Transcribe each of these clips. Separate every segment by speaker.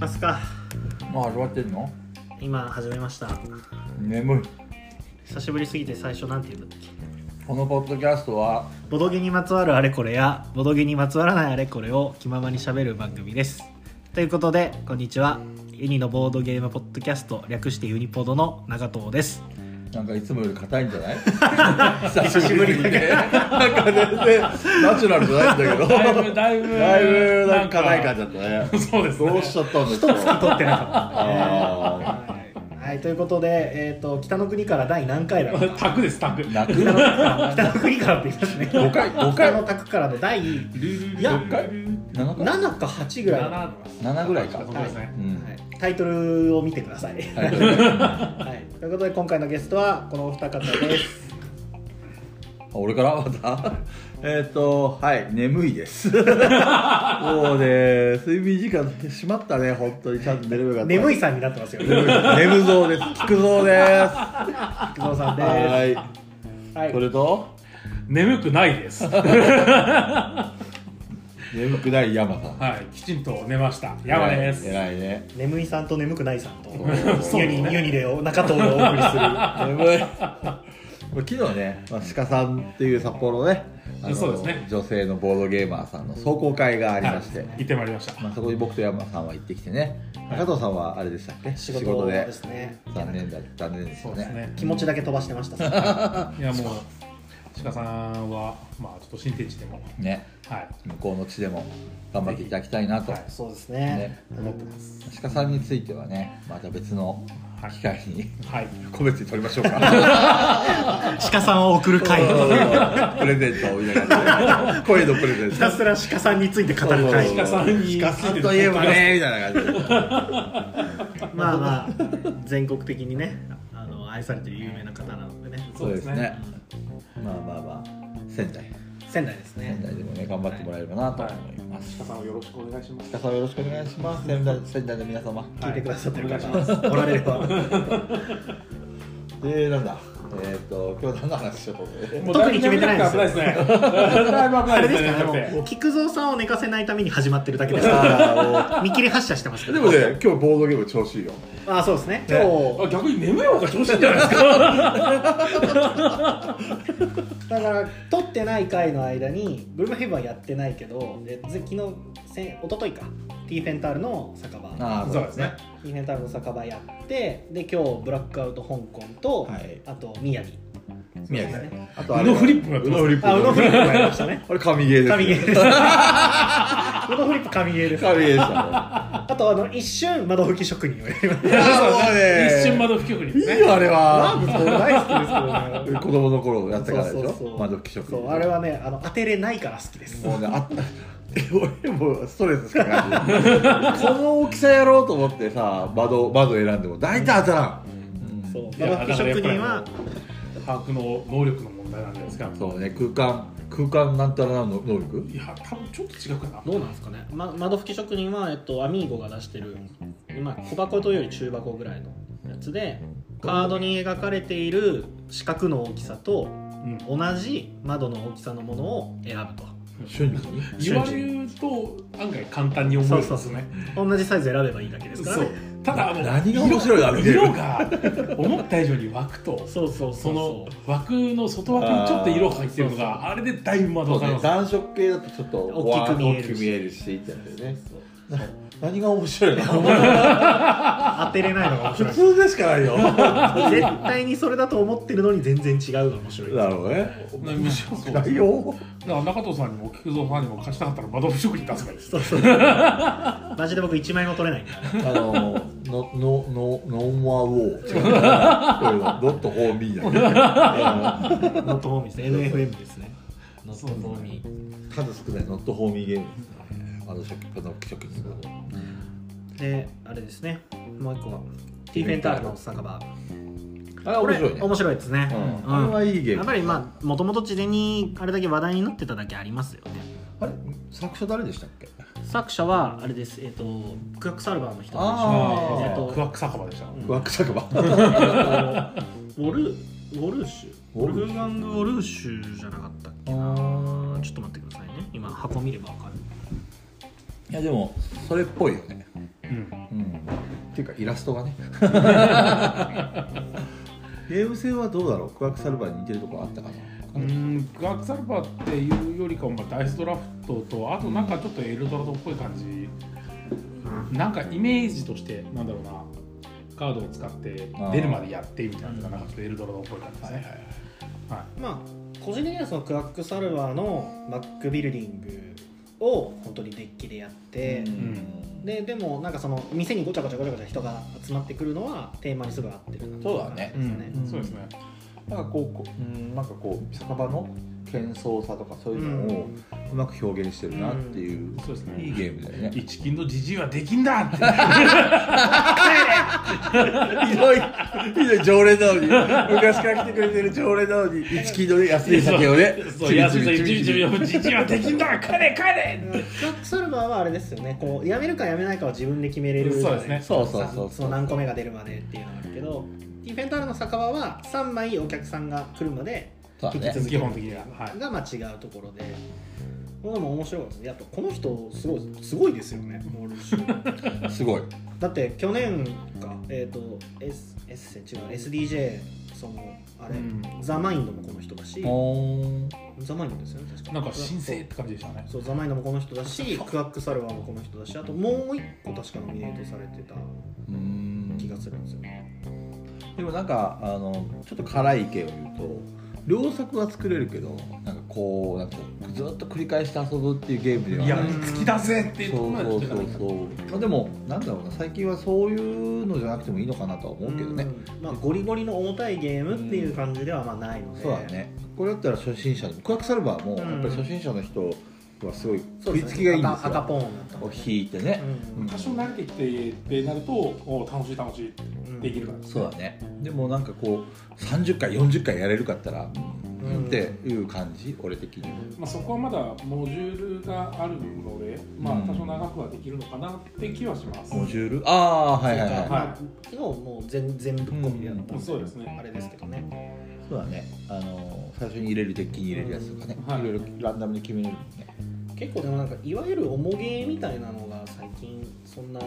Speaker 1: ますか
Speaker 2: もう始まってんの
Speaker 1: 今始めました
Speaker 2: 眠い
Speaker 1: 久しぶりすぎて最初なんて言うんだっけ
Speaker 2: このポッドキャストは
Speaker 1: ボドゲにまつわるあれこれやボドゲにまつわらないあれこれを気ままにしゃべる番組ですということでこんにちはユニのボードゲームポッドキャスト略してユニポドの長藤です
Speaker 2: なんかいつもより硬いんじゃない
Speaker 1: 久しぶりにね
Speaker 2: 久しぶねなんか全然ナチュラルじゃないんだけど
Speaker 3: だいぶだいぶ
Speaker 2: だいぶなんか硬い感じだったね
Speaker 3: そうですね
Speaker 2: どうしちゃったんですか
Speaker 1: 撮ってなかった
Speaker 2: あ
Speaker 1: はい、はい、ということで、えっと北の国から第何回だ ろう
Speaker 3: タクですタク
Speaker 2: ー泣くな
Speaker 1: 北の国からって言いますね
Speaker 2: 5回 5
Speaker 1: 北
Speaker 2: 回
Speaker 1: の宅からの第いや
Speaker 2: 6回7回
Speaker 1: 7か8ぐらいだ
Speaker 3: 七
Speaker 2: 7ぐらいか
Speaker 3: そうですね
Speaker 2: うん
Speaker 1: はい、タイトルを見てください、
Speaker 2: はいあ
Speaker 1: はい、ということで今回のゲストはこのお二方です
Speaker 2: 俺からまたえっとはい眠いですもうね睡眠時間しまったね本当にちゃんと寝ればよかっ た
Speaker 1: 眠いさんになってますよ
Speaker 2: 眠眠蔵です菊蔵です
Speaker 1: 菊蔵さんですは、
Speaker 2: はいいこれと
Speaker 3: 眠くないです
Speaker 2: 眠くない山さん
Speaker 3: はいきちんと寝ました山です
Speaker 2: 偉い ね
Speaker 1: 眠いさんと眠くないさん と
Speaker 3: そう
Speaker 1: ユニユニでお中東をお送りする
Speaker 2: 眠いもう昨日ね、まあ、鹿さんっていう札幌のねあの
Speaker 3: そうですね
Speaker 2: 女性のボードゲーマーさんの壮行会がありまして、
Speaker 3: 行ってまいりました
Speaker 2: まあ、そこに僕と山さんは行ってきてね中藤さんはあれでしたっけ
Speaker 1: 仕事
Speaker 2: で
Speaker 1: ですね
Speaker 2: 残念だ残念です
Speaker 3: そ
Speaker 2: よ
Speaker 3: うです
Speaker 2: ね
Speaker 3: ね
Speaker 1: 気持ちだけ飛ばしてました
Speaker 3: いやもう鹿さんはまあちょっと新天地でも
Speaker 2: ね
Speaker 3: はい
Speaker 2: 向こうの地でも頑張っていただきたいなと、
Speaker 3: はい
Speaker 1: そうですね
Speaker 3: 思ってます
Speaker 2: 鹿さんについてはねまた別の
Speaker 3: はい
Speaker 2: 機会に
Speaker 3: はい
Speaker 2: 個別に取りましょう か
Speaker 1: 鹿さんを送る会
Speaker 2: プ レゼントをみたいな感じで声のプレゼント
Speaker 1: ひたすら鹿さんについて語る会
Speaker 3: 鹿さんに
Speaker 2: 鹿さんといえばねみたいな感じで
Speaker 1: まあまあ 全国的にねあの愛されてる有名な方なのでね
Speaker 3: そうですね
Speaker 2: まあまあまあ仙台
Speaker 1: 仙台ですね
Speaker 2: 仙台でもね頑張ってもらえればなと思います、
Speaker 3: 鹿さんをよろしくお願いします
Speaker 2: 鹿さんよろしくお願いします仙台仙台の皆様
Speaker 1: 聞いてくださってる
Speaker 3: お
Speaker 1: 方
Speaker 3: 願いし
Speaker 1: おられれば
Speaker 2: でなんだえっ、と今日何の話しようと思って
Speaker 3: もう
Speaker 1: 特に決めてないですよ
Speaker 3: だぶ危ないですねだいぶ危
Speaker 1: あ
Speaker 3: な
Speaker 1: れで
Speaker 3: いですすね
Speaker 1: かね もう菊蔵さんを寝かせないために始まってるだけですから
Speaker 2: あ
Speaker 1: 見切り発車してますけ
Speaker 2: ー
Speaker 1: ど
Speaker 2: もうでもね今日ボードゲーム調子いいよ
Speaker 1: あそうですね今
Speaker 2: ね
Speaker 1: 日
Speaker 3: あ逆に眠い方が調子いいんじゃないですか
Speaker 1: だから撮ってない回の間にブルームヘブンはやってないけどえぜ昨日せ一昨日かティーフェンタールの酒場
Speaker 2: あー
Speaker 3: そうですね
Speaker 1: ティーフェンタールの酒場やってで今日ブラックアウト香港と、
Speaker 2: はい
Speaker 1: あと宮城
Speaker 2: 宮城ねあと
Speaker 3: 宇野フリップもやって
Speaker 2: 宇野フリ
Speaker 3: ます
Speaker 2: ップ
Speaker 1: あウノフリップもやりましたね
Speaker 2: あれ神 ゲーです
Speaker 1: 神ゲー
Speaker 2: す
Speaker 1: です ウノフリップ神ゲーです
Speaker 2: 神ゲーでしたね
Speaker 1: あとあの一瞬窓拭き職人をやりまし
Speaker 2: いやもうね
Speaker 3: 一瞬窓拭きに
Speaker 2: いいよあれ
Speaker 1: た
Speaker 2: は
Speaker 1: 僕大好きですけどね
Speaker 2: 子供の頃やったからでし
Speaker 1: そう
Speaker 2: ょ
Speaker 1: そうそう
Speaker 2: 窓拭き職人
Speaker 1: そうあれはねあの当てれないから好きです
Speaker 2: もうねあ った俺もうストレスしか感じないこの大きさやろうと思ってさ窓窓選んでも大体当たらん、
Speaker 1: そう
Speaker 3: いや
Speaker 1: 窓拭き職人は
Speaker 3: だからやっぱり把握の能力の問題なんじゃないですか
Speaker 2: そうね空間空間なんたらなの能力
Speaker 3: いや多分ちょっと違うかな
Speaker 1: どうなんですかね、ま、窓拭き職人は、えっと、アミーゴが出してる、まあ、小箱というより中箱ぐらいのやつでカードに描かれている四角の大きさと
Speaker 3: うん
Speaker 1: 同じ窓の大きさのものを選ぶ
Speaker 2: 瞬時に
Speaker 3: 言われると案外簡単に思えるんですよね
Speaker 1: と同じサイズ選べばいいだけですから
Speaker 3: そう
Speaker 1: ね
Speaker 3: ただあの
Speaker 2: 何が面白いのあれ
Speaker 3: 色が思った以上に枠と
Speaker 1: そうそうそ
Speaker 3: そうの
Speaker 1: そう
Speaker 3: 枠の外枠にちょっと色が入ってるのがあれでだいぶ窓
Speaker 2: そう
Speaker 3: 分かり
Speaker 2: ね
Speaker 3: ます
Speaker 2: 暖色系だとちょっと
Speaker 1: 大きく見えるし
Speaker 2: 大きく見えるしってやつだよねな何が面白いの
Speaker 1: 当てれないのが面
Speaker 2: 普
Speaker 1: 白い
Speaker 2: 通でしかないよな
Speaker 1: 絶対にそれだと思ってるのに全然違うが面白い
Speaker 2: るほどね
Speaker 3: ねむしろそうだか
Speaker 2: 内容
Speaker 3: ら中藤さんにも菊蔵さんにも貸したかったら窓不職に出せばいいです
Speaker 1: そうそうマジで僕1枚も取れないんだ
Speaker 2: あののののノンワウォー違うドットホーミーだね
Speaker 1: ノットホーミーです NFM ですねノットホーミー
Speaker 2: 数少ないノットホーミーゲームですねあの食パの食品
Speaker 1: であれですねもう一個はティーフェンタールの酒場
Speaker 2: あれ面白いね
Speaker 1: これ面白いですね、
Speaker 2: う
Speaker 1: う
Speaker 2: ん
Speaker 1: ん
Speaker 2: あれはいいゲーム
Speaker 1: やっぱりまあもともと事前にあれだけ話題になってただけありますよね
Speaker 2: あれ作者誰でしたっけ
Speaker 1: 作者はあれですえっ、とクアックサルバーの人で
Speaker 2: あー
Speaker 1: えっ、
Speaker 3: ク
Speaker 1: と
Speaker 3: ワック酒場でした
Speaker 1: うん
Speaker 2: ワーク作場
Speaker 1: ウォルウォルーシュ
Speaker 2: ウォ
Speaker 1: ウォ
Speaker 2: ル
Speaker 1: ルフガング・ウォルーシュじゃなかったっけなちょっと待ってくださいね今箱見ればわかる
Speaker 2: いやでもそれっぽいよね、
Speaker 3: うん
Speaker 2: うん、っていうかイラストがねゲーム性はどうだろうクワクサルバに似てるところあったかな
Speaker 3: うんガークサルバっていうよりかはまあダイスドラフトとあとなんかちょっとエルドラドっぽい感じなんかイメージとしてなんだろうなカードを使って出るまでやってみたいなのがなんかちょっとエルドラドっぽい感じですねはい
Speaker 1: まあ個人的にはそのクラックサルバーのバックビルディングを本当にデッキでやって、
Speaker 3: ん
Speaker 1: ででもなんかその店にごちゃごちゃごちゃごちゃ人が集まってくるのはテーマにすごい合ってるな
Speaker 2: そうだね
Speaker 1: って感じですね
Speaker 3: うんそうですね
Speaker 2: なんかこうこう、うん、なんかこう酒場の喧騒さとかそういうのをうまく表現してるなっていう、
Speaker 3: そうですね
Speaker 2: いいゲームだよね
Speaker 3: 一金のじじいはできんだって
Speaker 2: ひどいひどい常連なのに昔から来てくれてる常連なのに一気の安い酒をね
Speaker 3: そう、安いさん、一日もじじいはできんだ帰れ帰れ
Speaker 1: うんクラックサルバーはあれですよねこうやめるかやめないかは自分で決めれる
Speaker 3: そうですね
Speaker 2: そうそうそうそう
Speaker 1: その何個目が出るまでっていうのがあるけど、ディフェンダーの酒場は3枚お客さんが来るまで
Speaker 2: そうだね
Speaker 1: 引き続き
Speaker 3: 基本的には、はい、
Speaker 1: がまあ違うところで。これも面白いですね。やっぱこの人すごいすごいですよね。モールシュー
Speaker 2: すごい
Speaker 1: だって去年かえっ、と S S 違う SDJ そのあれ、
Speaker 3: うん
Speaker 1: ザマインドもこの人だし、
Speaker 2: おー
Speaker 1: ザマインドですよね確か。
Speaker 3: なんか神聖って感じでしたね
Speaker 1: そうザマインドもこの人だし、クワックサルバーもこの人だし、あともう一個確かノミネートされてた
Speaker 2: うーん
Speaker 1: 気がするんですよね。
Speaker 2: でもなんかあのちょっと辛い意見を言うと両作は作れるけどなんかこうなんかずっと繰り返して遊ぶっていうゲームではい
Speaker 3: や
Speaker 2: ない
Speaker 1: うん
Speaker 3: 好きだぜっていうと
Speaker 2: そ
Speaker 3: こ
Speaker 2: う
Speaker 3: まで
Speaker 2: そ
Speaker 3: 行っ
Speaker 2: う
Speaker 3: てた
Speaker 2: そ
Speaker 3: ら
Speaker 2: う
Speaker 3: いいか
Speaker 2: そうまあでもなんだろうな最近はそういうのじゃなくてもいいのかなとは思うけどね
Speaker 1: んまあゴリゴリの重たいゲームっていう感じではまあないので。
Speaker 2: そうだ。ねこれだったら初心者でもクワクサルバーも
Speaker 1: うん
Speaker 2: やっぱり初心者の人はすごい
Speaker 1: そう
Speaker 2: 食
Speaker 1: で
Speaker 2: い
Speaker 1: すね
Speaker 2: つきがいいんです
Speaker 1: 赤赤
Speaker 2: よ
Speaker 1: ポーンだったの
Speaker 2: を
Speaker 1: で。
Speaker 2: 引いてね
Speaker 1: うん
Speaker 3: 多少慣れてきてってなるとお楽しい楽しいって
Speaker 1: うん
Speaker 3: できるから
Speaker 2: そうだねでもなんかこう30回40回やれるかったら
Speaker 1: うん
Speaker 2: っていう感じ俺的には
Speaker 3: まあ、そこはまだモジュールがあるので、まあ
Speaker 2: うん、
Speaker 3: 多少長くはできるのかなって気はします、
Speaker 2: モジュールああーはいはいはい
Speaker 1: まあ昨日もう全全ぶっ込みでやったん
Speaker 3: そうですね
Speaker 1: あれですけどね。
Speaker 2: そうだねあの最初に入れるデッキに入れるやつとかね、
Speaker 3: はい
Speaker 2: い、ろいろランダムに決めれるもんね
Speaker 1: 結構でもなんかいわゆる重ゲーみたいなのが最近そんな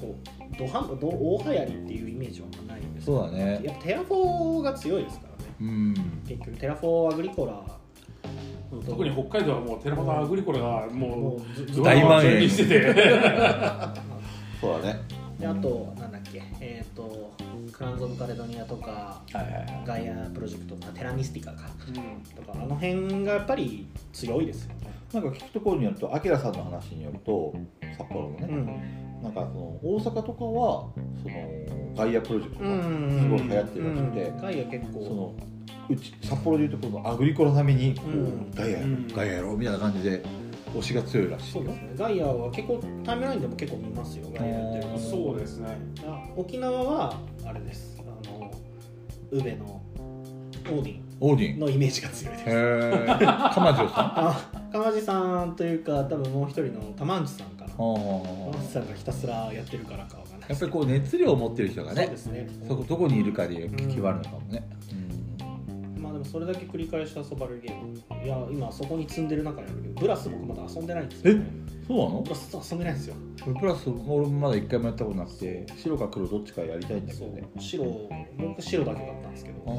Speaker 1: こうドハンド大流行りっていうイメージはあんまないんですけ
Speaker 2: そ
Speaker 1: ど
Speaker 2: うだね
Speaker 1: やっぱテラフォーが強いですからね
Speaker 2: うん
Speaker 1: 結局テラフォーアグリコラ
Speaker 3: 特に北海道はもうテラコタアグリコラがも
Speaker 1: もうず
Speaker 3: う
Speaker 1: ず
Speaker 2: 大蔓延
Speaker 3: 上にしてて
Speaker 2: そうだね
Speaker 1: であとなんだっけえっ、とクランズ・オブ・カレドニアとか
Speaker 2: はいはいはい
Speaker 1: ガイアプロジェクトあテラミスティカか
Speaker 3: うん
Speaker 1: とかあの辺がやっぱり強いですよね
Speaker 2: なんか聞くところによると、アキラさんの話によると、札幌の
Speaker 1: う
Speaker 2: ね、
Speaker 1: ん
Speaker 2: なんかその大阪とかは、そのガイアプロジェクトがすごい流行ってるらしくて、
Speaker 1: ガイア結構
Speaker 2: そのうち札幌でいうとこのアグリコラ並みに、こう
Speaker 1: うん
Speaker 2: ガイアやろ、
Speaker 3: うん
Speaker 2: ガイアやろみたいな感じで、推しが強いらしい
Speaker 1: そうで
Speaker 2: よ
Speaker 1: す。ねガイアは結構タイムラインでも結構見ますよガイアやってる
Speaker 2: あー
Speaker 3: そうですね
Speaker 1: あ沖縄はあれですあの宇部のオーディ
Speaker 2: オーディ
Speaker 1: ン
Speaker 2: ン。
Speaker 1: のイメージが強い
Speaker 2: へ
Speaker 1: です
Speaker 2: え。鎌城 さん。あ
Speaker 1: あ釜地さんというか多分もう一人の玉内さんかな玉内
Speaker 2: あ。
Speaker 1: さんがひたすらやってるからかわかんない
Speaker 2: やっぱりこう熱量を持ってる人が
Speaker 1: そう
Speaker 2: ね
Speaker 1: で、すね
Speaker 2: そこどこにいるかで決まるのかもね。
Speaker 1: まあでもそれだけ繰り返し遊ばれるゲームいや今そこに積んでる中にあるけどブラス僕まだ遊んでないんですよ
Speaker 2: えそうなの
Speaker 1: ブラス遊んでないんですよ
Speaker 2: プラス俺もまだ一回もやったことなくて白か黒どっちかやりたいんだけ
Speaker 1: そ
Speaker 2: どね
Speaker 1: う白僕白だけだったんですけど
Speaker 2: あ
Speaker 1: 白
Speaker 2: ー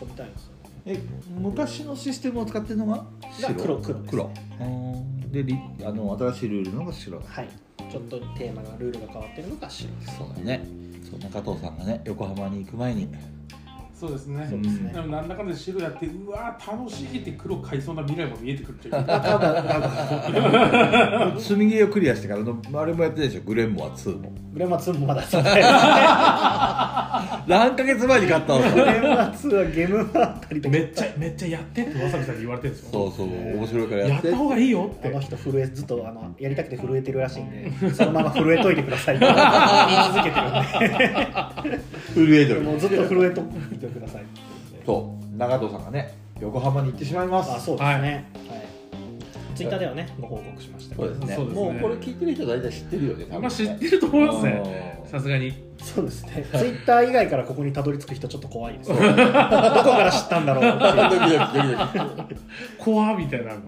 Speaker 1: 遊びたいんですよ
Speaker 2: え昔のシステムを使ってるのが白
Speaker 1: 黒黒です
Speaker 2: 黒あーでリあの新しいルールのが白だ
Speaker 1: はいちょっとテーマがルールが変わってるのが白です
Speaker 2: そうだねそう中藤さんがね横浜に行く前に
Speaker 3: そうですね
Speaker 1: そうですね
Speaker 3: でもなんだかんだ白やってうわー楽しいって黒買いそうな未来も見えてくるってい う
Speaker 2: ただただ積み切りをクリアしてからのあれもやってないでしょグレンモア2も
Speaker 1: グレマ2もまだ遊んでない
Speaker 2: 何ヶ月前に買ったの
Speaker 1: グレマ2はゲームはあたりで
Speaker 3: めっちゃめっちゃやってってわさびさんに言われてるんですよ
Speaker 2: そうそう面白いからや
Speaker 3: や
Speaker 2: っ
Speaker 3: ってた方がいいよっ
Speaker 1: あの
Speaker 3: て
Speaker 1: 人震えずっとあのやりたくて震えてるらしいんでそのまま震えといてくだ さいって言い続けてるん
Speaker 2: 震えて
Speaker 1: で もうずっと震えといてくださいって言うんで
Speaker 2: そう中藤さんがね横浜に行ってしまいます
Speaker 1: あそうですねはいツイッターではねご報告しましたけ
Speaker 2: そう
Speaker 1: ど
Speaker 2: ですね
Speaker 3: そうですね
Speaker 2: もうこれ聞いてる人大体知ってるよね多分ね
Speaker 3: まあ知ってると思いますね
Speaker 2: うん
Speaker 3: さすがに
Speaker 1: そうですねツイッター以外からここにたどり着く人ちょっと怖いですねどこから知ったんだろうっていう
Speaker 2: ドキドキドキドキ
Speaker 3: 怖みたいなの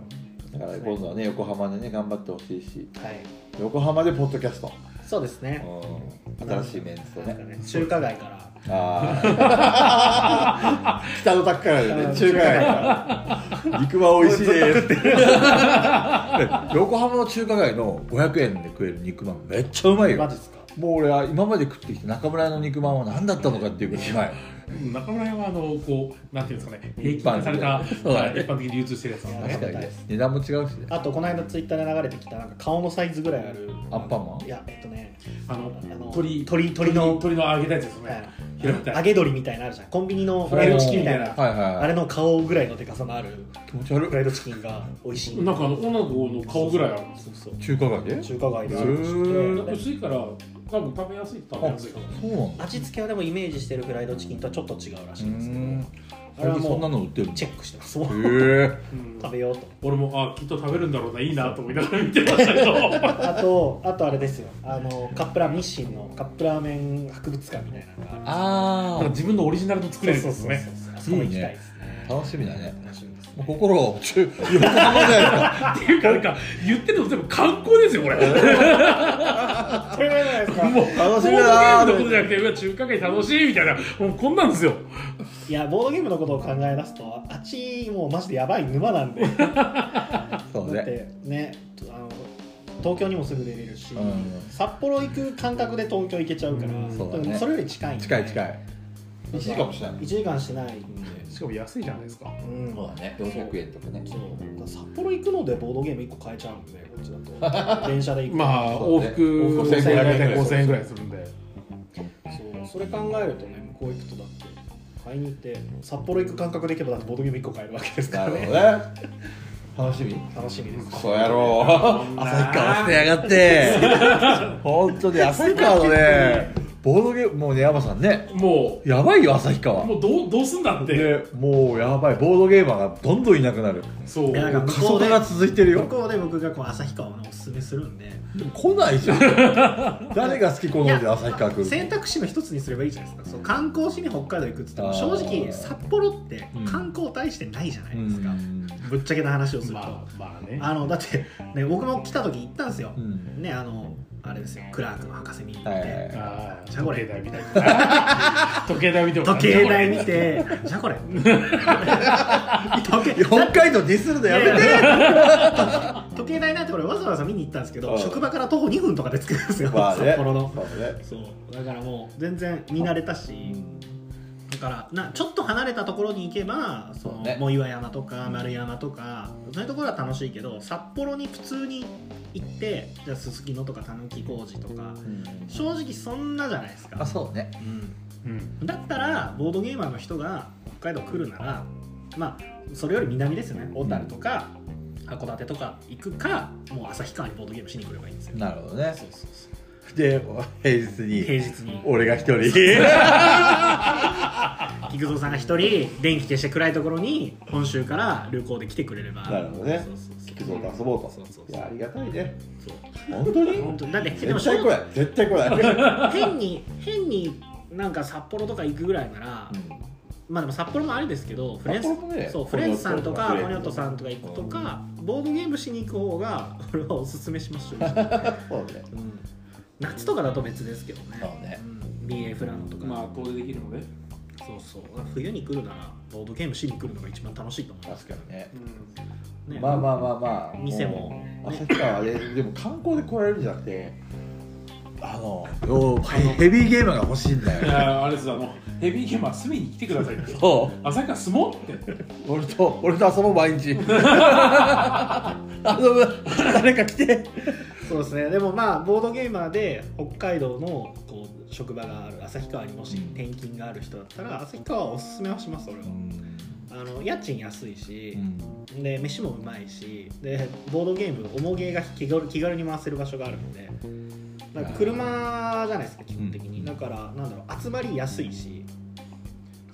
Speaker 2: だから今度はね横浜でね頑張ってほしいし
Speaker 1: はい
Speaker 2: 横浜でポッドキャスト、
Speaker 1: そうですね
Speaker 2: うん、新しいメンツと
Speaker 1: なんか
Speaker 2: ね
Speaker 1: ね中華街から
Speaker 2: ああ 北の宅からだよね中華街から肉は美味しいですって横浜の中華街の500円で食える肉まんめっちゃうまいよ
Speaker 1: マ
Speaker 2: も
Speaker 1: ジですか
Speaker 2: う俺は今まで食ってきて中村屋の肉まんは何だったのかっていうぐらいうまい
Speaker 3: 中村屋はあのこうなんていうんですかね平均
Speaker 2: 一般
Speaker 3: 化された
Speaker 2: そうだね
Speaker 3: はい一般的に流通してるやつなんで
Speaker 2: 確
Speaker 3: ね
Speaker 2: かにね値段も違うしね
Speaker 1: あとこの間ツイッターで流れてきたなんか顔のサイズぐらいある
Speaker 2: アンパンマン
Speaker 1: いやえっとね
Speaker 3: あ
Speaker 1: あの
Speaker 3: の鳥
Speaker 1: 鳥鳥の
Speaker 3: 鳥の揚げたやつですね
Speaker 1: はい
Speaker 3: 平べったい
Speaker 1: 揚げ鶏みたいなのあるじゃんコンビニのフライドチキンみたいな
Speaker 2: はいはい
Speaker 1: あれの顔ぐらいのでかさのある
Speaker 2: 気持ち
Speaker 1: フ
Speaker 2: 悪
Speaker 1: ライドチキンが美味しい
Speaker 3: なんかあの女の子の顔ぐらいあるんです
Speaker 1: そうそ
Speaker 2: い中華街で
Speaker 1: う中華街であるらし
Speaker 2: へ
Speaker 1: く
Speaker 2: ー
Speaker 1: て
Speaker 3: 薄いから多分食べやすいって食べやすいかも
Speaker 2: そうなんだ
Speaker 1: 味付けはでもイメージしてるフライドチキンとはちょっと違うらしいんですけ
Speaker 2: ん
Speaker 1: どあれは
Speaker 2: 最近そんな
Speaker 1: も
Speaker 2: の売ってる
Speaker 1: うチェックしてます
Speaker 2: へえ
Speaker 3: うん
Speaker 1: 食べようと
Speaker 3: 俺もあきっと食べるんだろうないいなと思いながら見てましたけ ど
Speaker 1: あとあとあれですよあのカップラーメン日清のカップラーメン博物館みたいなのがあ
Speaker 2: あ
Speaker 3: 自分のオリジナルの作れるんですね
Speaker 1: そうそうそうそうそこ行きたいです
Speaker 2: あ
Speaker 1: ね
Speaker 2: 楽しみだね
Speaker 1: 楽しみです
Speaker 2: もう心を中横浜じゃないですか
Speaker 3: っていうかなんか言ってるの全部観光ですよこれも
Speaker 1: それじゃないですか
Speaker 3: う
Speaker 2: 楽しみ
Speaker 3: ボ
Speaker 2: だな
Speaker 3: ードゲームのことじゃなくてうわ中華街楽しいみたいなもうこんなんですよ
Speaker 1: いやボードゲームのことを考え出すとあっちもうマジでやばい沼なんでだ
Speaker 2: そう
Speaker 1: っ
Speaker 2: ね
Speaker 1: てねあの東京にもすぐ出れるし、
Speaker 2: うん
Speaker 1: 札幌行く感覚で東京行けちゃうから、
Speaker 3: うん
Speaker 2: そうだね
Speaker 1: でもそれより近いんで
Speaker 2: 近い近い
Speaker 1: 1
Speaker 2: 一時間もしない
Speaker 1: 1時間しない、
Speaker 3: しかも安いじゃないですか
Speaker 1: うん
Speaker 2: そうだね400円とかね
Speaker 1: そうだから札幌行くのでボードゲーム1個買えちゃうんでこっちだ と電車で行く
Speaker 3: まあ
Speaker 2: そう
Speaker 3: 往
Speaker 2: だね
Speaker 3: 復
Speaker 2: 往
Speaker 1: 復
Speaker 3: 5500
Speaker 2: 5500
Speaker 3: 円5000円ぐらいするん で
Speaker 1: そうそれ考えるとね向こう行くとだって買いに行って札幌行く感覚で行けばだってボードゲーム1個買えるわけですか
Speaker 2: な
Speaker 1: ら
Speaker 2: るほ
Speaker 1: ね
Speaker 2: どね楽しみ
Speaker 1: 楽しみです
Speaker 2: そう やろう旭川捨てやがって本当に旭川のねボードゲームもうね山さんね
Speaker 3: も
Speaker 2: やばいよ旭川
Speaker 3: うもうどうどうすんだって、
Speaker 2: でもうやばいボードゲーマーがどんどんいなくなる
Speaker 3: そう
Speaker 1: いやなんか
Speaker 2: 過疎化が続いてる
Speaker 1: 向
Speaker 2: よ
Speaker 1: こうで僕がこう旭川をねおすすめするんで
Speaker 2: 来ないじゃん誰が好き好ん
Speaker 1: い
Speaker 2: で
Speaker 1: や
Speaker 2: 旭川来る
Speaker 1: 選択肢の一つにすればいいじゃないですかそう観光地に北海道行くっつって
Speaker 2: あ
Speaker 1: も
Speaker 2: ー
Speaker 1: 正直札幌って観光大してないじゃないですか、
Speaker 2: うん
Speaker 1: ぶっちゃけな話をすると、
Speaker 3: まあまあね
Speaker 1: あのだって、ね、僕も来た時行ったんですよ、
Speaker 2: うん
Speaker 1: ねあのあれですよクラークの博士見に行って、
Speaker 2: はいはいはい
Speaker 3: あー
Speaker 1: じゃあこ
Speaker 3: 時
Speaker 1: れ
Speaker 3: 計台みたいな時計台見てもらっ
Speaker 1: 時
Speaker 3: て
Speaker 1: 計台見てじゃあこれ 時計
Speaker 2: 北海道ディスるのやめて
Speaker 1: 時計台なんて俺わざわざ見に行ったんですけ
Speaker 2: う
Speaker 1: ど
Speaker 2: ん
Speaker 1: 職場から徒歩2分とかで着くんですよ、
Speaker 2: まあね
Speaker 1: 札幌の
Speaker 2: そうね
Speaker 1: そうだからもう全然見慣れたしだからなちょっと離れたところに行けばそ
Speaker 2: そ
Speaker 1: の
Speaker 2: うね
Speaker 1: 藻岩山とか丸山とか、そういうところは楽しいけど札幌に普通に行ってじゃあすすきのとかたぬき工事とか正直そんなじゃないです
Speaker 2: あ
Speaker 1: か、
Speaker 2: そうね
Speaker 1: う
Speaker 3: うん
Speaker 1: んだったらボードゲーマーの人が北海道来るならまあそれより南ですよね小樽とか函館とか行くかもう旭川にボードゲームしに来ればいいんですよ
Speaker 2: なるほどね
Speaker 1: そうそうそう
Speaker 2: で平日に
Speaker 1: 平日に
Speaker 2: 俺が一人
Speaker 1: 菊蔵さんが一人電気消して暗いところに本州から旅行で来てくれれば
Speaker 2: なるほどね
Speaker 1: そうそうそう
Speaker 2: 菊蔵と遊ぼうと
Speaker 1: そうそう
Speaker 2: い
Speaker 1: そう
Speaker 2: やありがたいね
Speaker 1: そう
Speaker 2: 本当に
Speaker 1: 本当にだってでも
Speaker 2: 絶対来ない絶対来ない
Speaker 1: 変に変になんか札幌とか行くぐらいなら、まあでも札幌もあれですけどフレンズ
Speaker 2: 札幌もね
Speaker 1: そう
Speaker 2: コ
Speaker 1: フ
Speaker 2: ニョ
Speaker 1: レ
Speaker 2: ット
Speaker 1: ンズさんと
Speaker 2: と
Speaker 1: かコ
Speaker 2: か
Speaker 1: ニョットさんとか行くとか、ボードゲームしに行く方が俺はおすすめし ますよ、
Speaker 2: そうね
Speaker 1: うん夏とかだと別ですけどね
Speaker 2: そうね
Speaker 1: うん、BA フラノとか、
Speaker 3: まあ遠出できるので、
Speaker 1: そうそう冬に来るならボードゲームしに来るのが一番楽しいと思います
Speaker 2: 確かにね
Speaker 3: うん、
Speaker 1: ね
Speaker 2: まあまあまあまあ
Speaker 1: 店も
Speaker 2: う旭川ででも観光で来られるんじゃなくてあのようヘビーゲーマーが欲しいんだ
Speaker 3: い
Speaker 2: よ
Speaker 3: やあれですあのヘビーゲーマー住みに来てくださいって
Speaker 2: そう
Speaker 3: 朝から住もうって
Speaker 2: 俺と俺と遊ぼう毎 日遊ぶ誰か来て
Speaker 1: そうですねでもまあボードゲーマーで北海道のこう職場がある旭川にもし
Speaker 2: うん
Speaker 1: 転勤がある人だったら旭川はおすすめはします俺はあの家賃安いし、で飯もうまいしでボードゲーム重げが気軽気軽に回せる場所があるのでなんか車じゃないですか基本的に、
Speaker 2: うん
Speaker 1: だからなんだろう集まりやすいし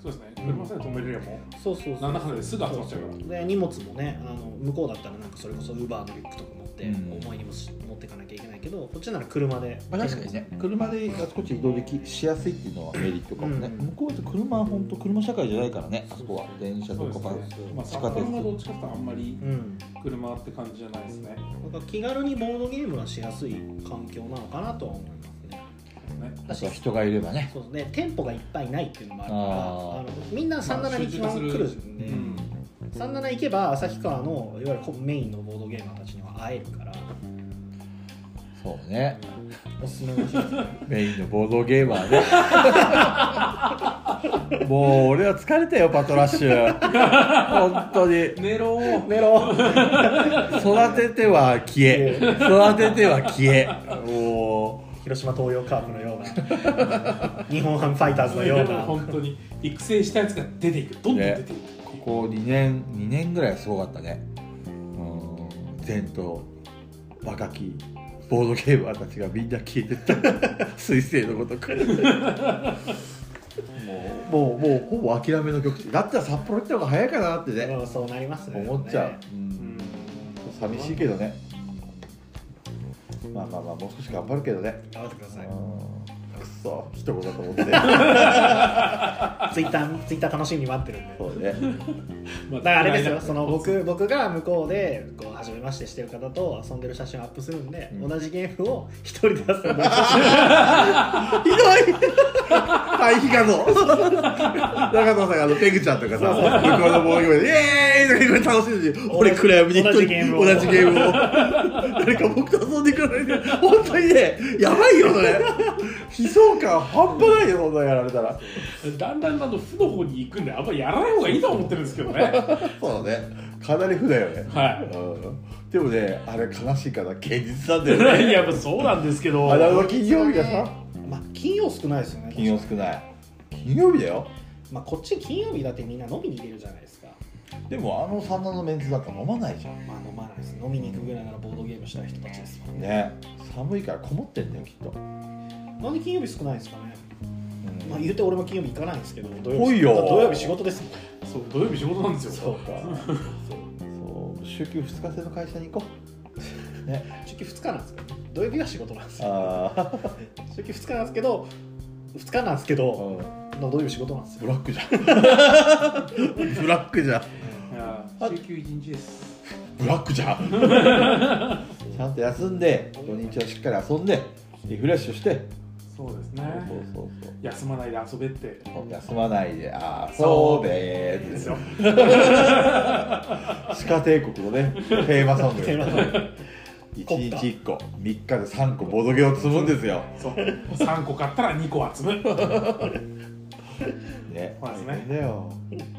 Speaker 3: そうですね車さえ止めれればも
Speaker 1: そうそう
Speaker 3: うなんだかんだですぐ集まっちゃうから
Speaker 1: で荷物もねあの向こうだったらなんかそれこそウーバーのリュックとか持ってって
Speaker 2: うん
Speaker 1: 重い荷物持っていかなきゃいけないけどこっちなら車で
Speaker 2: まあ、確かにね車であちこち移動できしやすいっていうのはメリットかもね、
Speaker 1: うん
Speaker 2: 向こうって車は本当車社会じゃないからねあそこは電車と
Speaker 3: そうです
Speaker 2: かバ
Speaker 3: ね
Speaker 2: ス、
Speaker 3: まあ、
Speaker 2: 地
Speaker 3: 札
Speaker 2: 下鉄
Speaker 3: 幌がどっちかっていうとあんまり
Speaker 1: うん
Speaker 3: 車って感じじゃないですね。
Speaker 1: なんか気軽にボードゲームがしやすい環境なのかなとは思いますね
Speaker 3: ね
Speaker 2: あとは人がいればね
Speaker 1: そうですね店舗がいっぱいないっていうのもあるから
Speaker 2: あ
Speaker 1: あのみんな37に基本来るんで、
Speaker 2: う
Speaker 3: うん
Speaker 1: 37行けば旭川のいわゆるこうメインのボードゲーマーたちには会えるから
Speaker 2: そうね
Speaker 1: おすすめの日ですね
Speaker 2: メインのボードゲーマー でもう俺は疲れたよパトラッシュ本当に
Speaker 3: 寝ろー
Speaker 1: メロ
Speaker 2: 育てては消え育てては消えも
Speaker 1: 広島東洋カープのような日本ハムファイターズのような
Speaker 3: 本当に育成したやつが出ていくどんどん出ていく、
Speaker 2: うここ2年2年ぐらいすごかったねうん前途若きボードゲーマーたちがみんな消えてった 彗星のごとくもうもうもうほぼ諦めの極地だったら札幌行った方が早いかなってね
Speaker 1: うんそうなりますね
Speaker 2: 思っちゃう、う
Speaker 3: うんん、
Speaker 2: 寂しいけどねまあまあまあもう少し頑張るけどね
Speaker 1: 頑張ってください
Speaker 2: うんくっそ一言だと 思って
Speaker 1: ツイッターツイッター楽しみに待ってるんで
Speaker 2: そうね
Speaker 3: ま
Speaker 1: だからあれですよ
Speaker 3: 嫌いな
Speaker 1: その僕僕が向こうでこう初めましてしてる方と遊んでる写真をアップするんで、
Speaker 2: うん
Speaker 1: 同じゲームを一人で遊んでる
Speaker 2: ひどい対比画像中田さんがあのペグちゃんとかさ向こうのボーイで「イエーイ!」とか言って楽しんでるし俺暗闇に一
Speaker 1: 同
Speaker 2: 人
Speaker 1: じゲームを
Speaker 2: 同じゲームを誰か僕と遊んでくれないで本当にねやばいよそれ悲壮感半端ないよそんなやられたら
Speaker 3: だんだんだんだん負の方に行くんであんまりやらない方がいいと思ってるんですけどね
Speaker 2: そうだねかなり負だよね
Speaker 3: は
Speaker 2: うんでもねあれ悲しいから現実なんだよ
Speaker 3: い
Speaker 2: ね
Speaker 3: やっぱそうなんですけど
Speaker 2: あれの金曜日がさ
Speaker 1: まあ金曜少ないですよね
Speaker 2: 金曜少ない金曜日だよ
Speaker 1: まあ、こっち金曜日だってみんな飲みに出るじゃないですか
Speaker 2: でもあの三男のメンツだと飲まないじゃん
Speaker 1: まあ飲まないです飲みに行くぐらいならボードゲームしたい人たちですもん
Speaker 2: ね寒いからこもってんだよきっと、
Speaker 1: なんで金曜日少ないんですかねまあ言うて俺も金曜日行かないんですけど土
Speaker 2: 来
Speaker 1: 曜
Speaker 2: い
Speaker 1: 日
Speaker 2: よ
Speaker 1: だから土曜日仕事ですもん
Speaker 3: そう土曜日仕事なんですよ
Speaker 2: そうかそうそう週休2日制の会社に行こうね
Speaker 1: 週休2日なんですけど土曜日が仕事なんですよ
Speaker 2: ああ
Speaker 1: 週休2日なんですけど2日なんですけど
Speaker 2: ブ
Speaker 1: 土曜日仕事なんです よ
Speaker 2: ラックじゃんブラックじゃん
Speaker 3: いや週休一日です
Speaker 2: ブラックじゃんちゃんと休んで土日はしっかり遊んでリフレッシュして
Speaker 3: そうです
Speaker 2: そう
Speaker 3: ね
Speaker 2: そうそう
Speaker 3: 休まないで遊べって
Speaker 2: そう休まないで遊べー
Speaker 3: ですよ
Speaker 2: 地下帝国の ねテーマソング
Speaker 1: テーマソング
Speaker 2: 一日1個3日で3個ボドゲを積むんですよ
Speaker 3: そう3個買ったら2個集む
Speaker 2: ね
Speaker 3: そうですね
Speaker 2: 大変だよ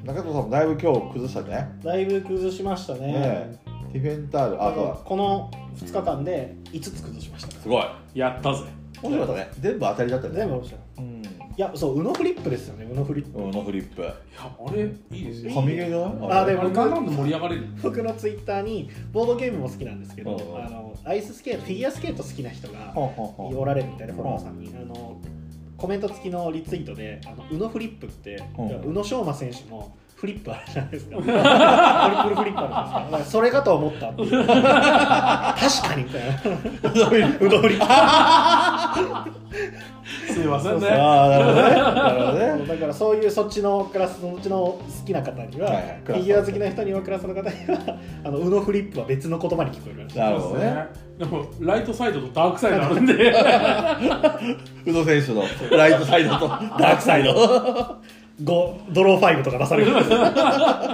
Speaker 2: 中藤さんもだいぶ今日崩したね
Speaker 1: だいぶ崩しましたね
Speaker 2: ねえディフェンタールあ
Speaker 1: あ
Speaker 2: とは
Speaker 1: この2日間で5つ崩しました
Speaker 2: すごい
Speaker 3: やったぜ
Speaker 2: 面白かったね全部当たりだったね
Speaker 1: 全部面白い
Speaker 2: うん
Speaker 1: いやそうウノフリップですよねウノフリップ
Speaker 2: うんのフリップ
Speaker 3: いやあれいいですよ
Speaker 2: 神ゲーじゃない
Speaker 1: あでも
Speaker 3: あれなんなんで盛り上がれる
Speaker 1: 僕のツイッターにボードゲームも好きなんですけど、
Speaker 2: うん
Speaker 1: あのアイススケートフィギュアスケート好きな人が
Speaker 2: ほんほんほん
Speaker 1: おられるみたいなフォロワーさんに、あのコメント付きのリツイートで「あの宇野フリップ」って、
Speaker 2: うん
Speaker 1: 宇野昌磨選手のフリップあるじゃないですかトリプルフリップあるじゃないですかだからそれかと思ったっていう 確かにみたいな
Speaker 2: うどんフリップ
Speaker 3: すいませんね
Speaker 2: ああなるほどねなるほどね
Speaker 1: だからそういうそっちのクラスのうちの好きな方には、
Speaker 2: はいはい
Speaker 1: フィギュア好きな人にはクラスの方にはあの宇野フリップは別の言葉に聞こえるらしい
Speaker 2: なるほどね
Speaker 3: でもライトサイドとダークサイドあるん で
Speaker 2: 宇野選手のライトサイド とダークサイド
Speaker 1: ゴドロー5とか出される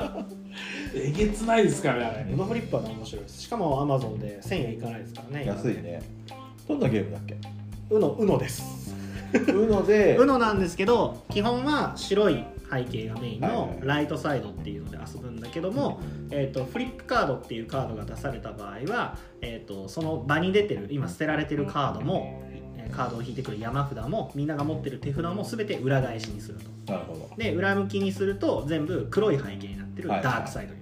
Speaker 3: えげつないですからね
Speaker 1: ウノフリップは面白いですしかもアマゾンで1000円いかないですからね
Speaker 2: 安いねどんなゲームだっけ
Speaker 1: うのうのです
Speaker 2: うので
Speaker 1: うのなんですけど基本は白い背景がメイン
Speaker 2: はいは
Speaker 1: の
Speaker 2: い
Speaker 1: ライトサイドっていうので遊ぶんだけども、えー、とフリップカードっていうカードが出された場合は、えー、とその場に出てる今捨てられてるカードもえーカードを引いてくる山札もみんなが持ってる手札も全て裏返しにすると
Speaker 2: なるほど
Speaker 1: で裏向きにすると全部黒い背景になってるダ
Speaker 2: はいはい
Speaker 1: ークサイドに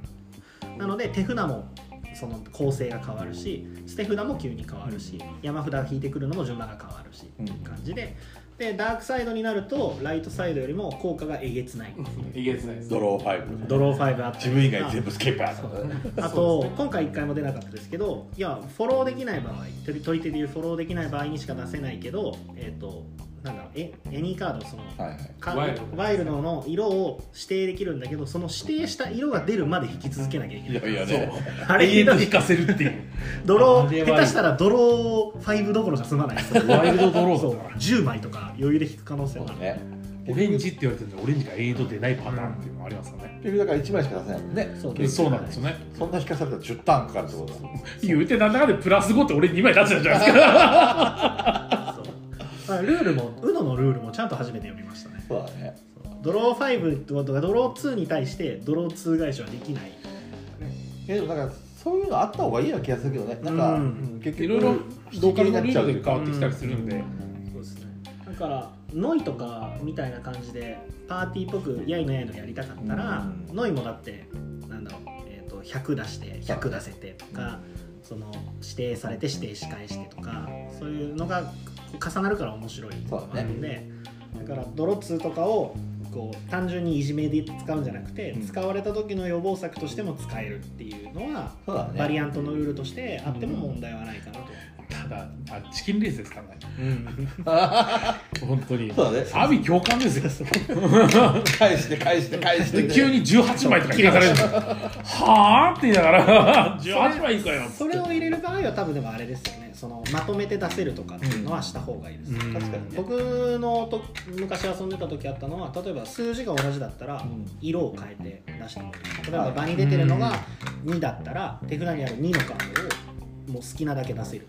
Speaker 1: なる、なので手札もその構成が変わるし捨て札も急に変わるし山札を引いてくるのも順番が変わるしっていう感じで、でダークサイドになるとライトサイドよりも効果がえげつない
Speaker 3: えげつないです
Speaker 2: ドロー5
Speaker 1: ドロー5あったりとか
Speaker 2: 自分以外全部スケーパーだからね
Speaker 1: あ
Speaker 3: そう
Speaker 1: と、
Speaker 3: ですね
Speaker 1: 今回1回も出なかったですけどいやフォローできない場合取り取り手でいうフォローできない場合にしか出せないけどえっ、となんだろうえエニーカードその
Speaker 2: はいはい
Speaker 1: カ
Speaker 3: ワイルド
Speaker 1: ワイルドの色を指定できるんだけどその指定した色が出るまで引き続けなきゃいけ
Speaker 2: い
Speaker 1: ない
Speaker 2: やいやね
Speaker 1: あれ
Speaker 3: 永
Speaker 1: ひ
Speaker 3: 遠
Speaker 1: ど
Speaker 3: と引
Speaker 1: い
Speaker 3: かせるっていう
Speaker 1: ドロー
Speaker 3: あれは
Speaker 1: 下手したらドロー5どころじゃ済まないです
Speaker 3: ワイルドドロー
Speaker 1: そう
Speaker 3: だから
Speaker 1: 10枚とか余裕で引く可能性
Speaker 2: そ
Speaker 1: も
Speaker 2: う
Speaker 1: ある
Speaker 2: だね
Speaker 3: オレンジって言われてるんでオレンジが永遠と出ないパターンっていうのもありますよね、
Speaker 2: 結局だから1枚しか出せないもんね
Speaker 1: そう
Speaker 3: えそうなんですよね
Speaker 2: そんな引かされたら10ターンかかるってことだ
Speaker 3: 言うてなんだかでプラス5って俺2枚出してたじゃないですか
Speaker 1: そうまあルールも UNO のルールもちゃんと初めて読みましたね
Speaker 2: そうだね
Speaker 1: ドロー5とかドロー2に対してドロー2返しはできない
Speaker 2: えでもなんかそういうのあった方がいいような気がするけどねなんか、
Speaker 1: うん
Speaker 2: うん結局
Speaker 3: いろいろ
Speaker 2: 同
Speaker 3: 同
Speaker 2: 化
Speaker 3: 化
Speaker 2: に
Speaker 3: の
Speaker 2: な
Speaker 3: ル
Speaker 2: っちゃ
Speaker 3: ー
Speaker 2: うと
Speaker 3: ル
Speaker 2: い
Speaker 3: で
Speaker 2: うか
Speaker 3: 変わってきたりするんで、
Speaker 1: そうですねだからノイとかみたいな感じでパーティーっぽくやいのやいのやりたかったら、
Speaker 2: うん
Speaker 1: ノイもだってなんだろう、えー、と100出して100出せてとか、その指定されて指定し返してとかそういうのが重なるから面白いのもあるんでだ,、からドロッツーとかをこう単純にいじめで使うんじゃなくて、
Speaker 2: うん
Speaker 1: 使われた時の予防策としても使えるっていうのは、
Speaker 2: そうだね
Speaker 1: バリアントのルールとしてあっても問題はないかなと。
Speaker 3: ただあチキンレースですからね
Speaker 2: あ
Speaker 3: 本当に
Speaker 2: そうだね
Speaker 3: 阿炎共感です よ
Speaker 2: ー返して返して返して
Speaker 3: で急に18枚とか引かされるんですよはあって言いながら18枚いくかよっつ
Speaker 1: そ
Speaker 3: って
Speaker 1: れを入れる場合は多分でもあれですよねそのまとめて出せるとかっていうのはした方がいいです、
Speaker 3: う
Speaker 2: 確
Speaker 3: ん
Speaker 2: かにね
Speaker 1: 僕のと昔遊んでた時あったのは例えば数字が同じだったら
Speaker 2: うん
Speaker 1: 色を変えて出してもいい例えば場に出てるのが2だったら手札にある2のカードをもう好きなだけ出せる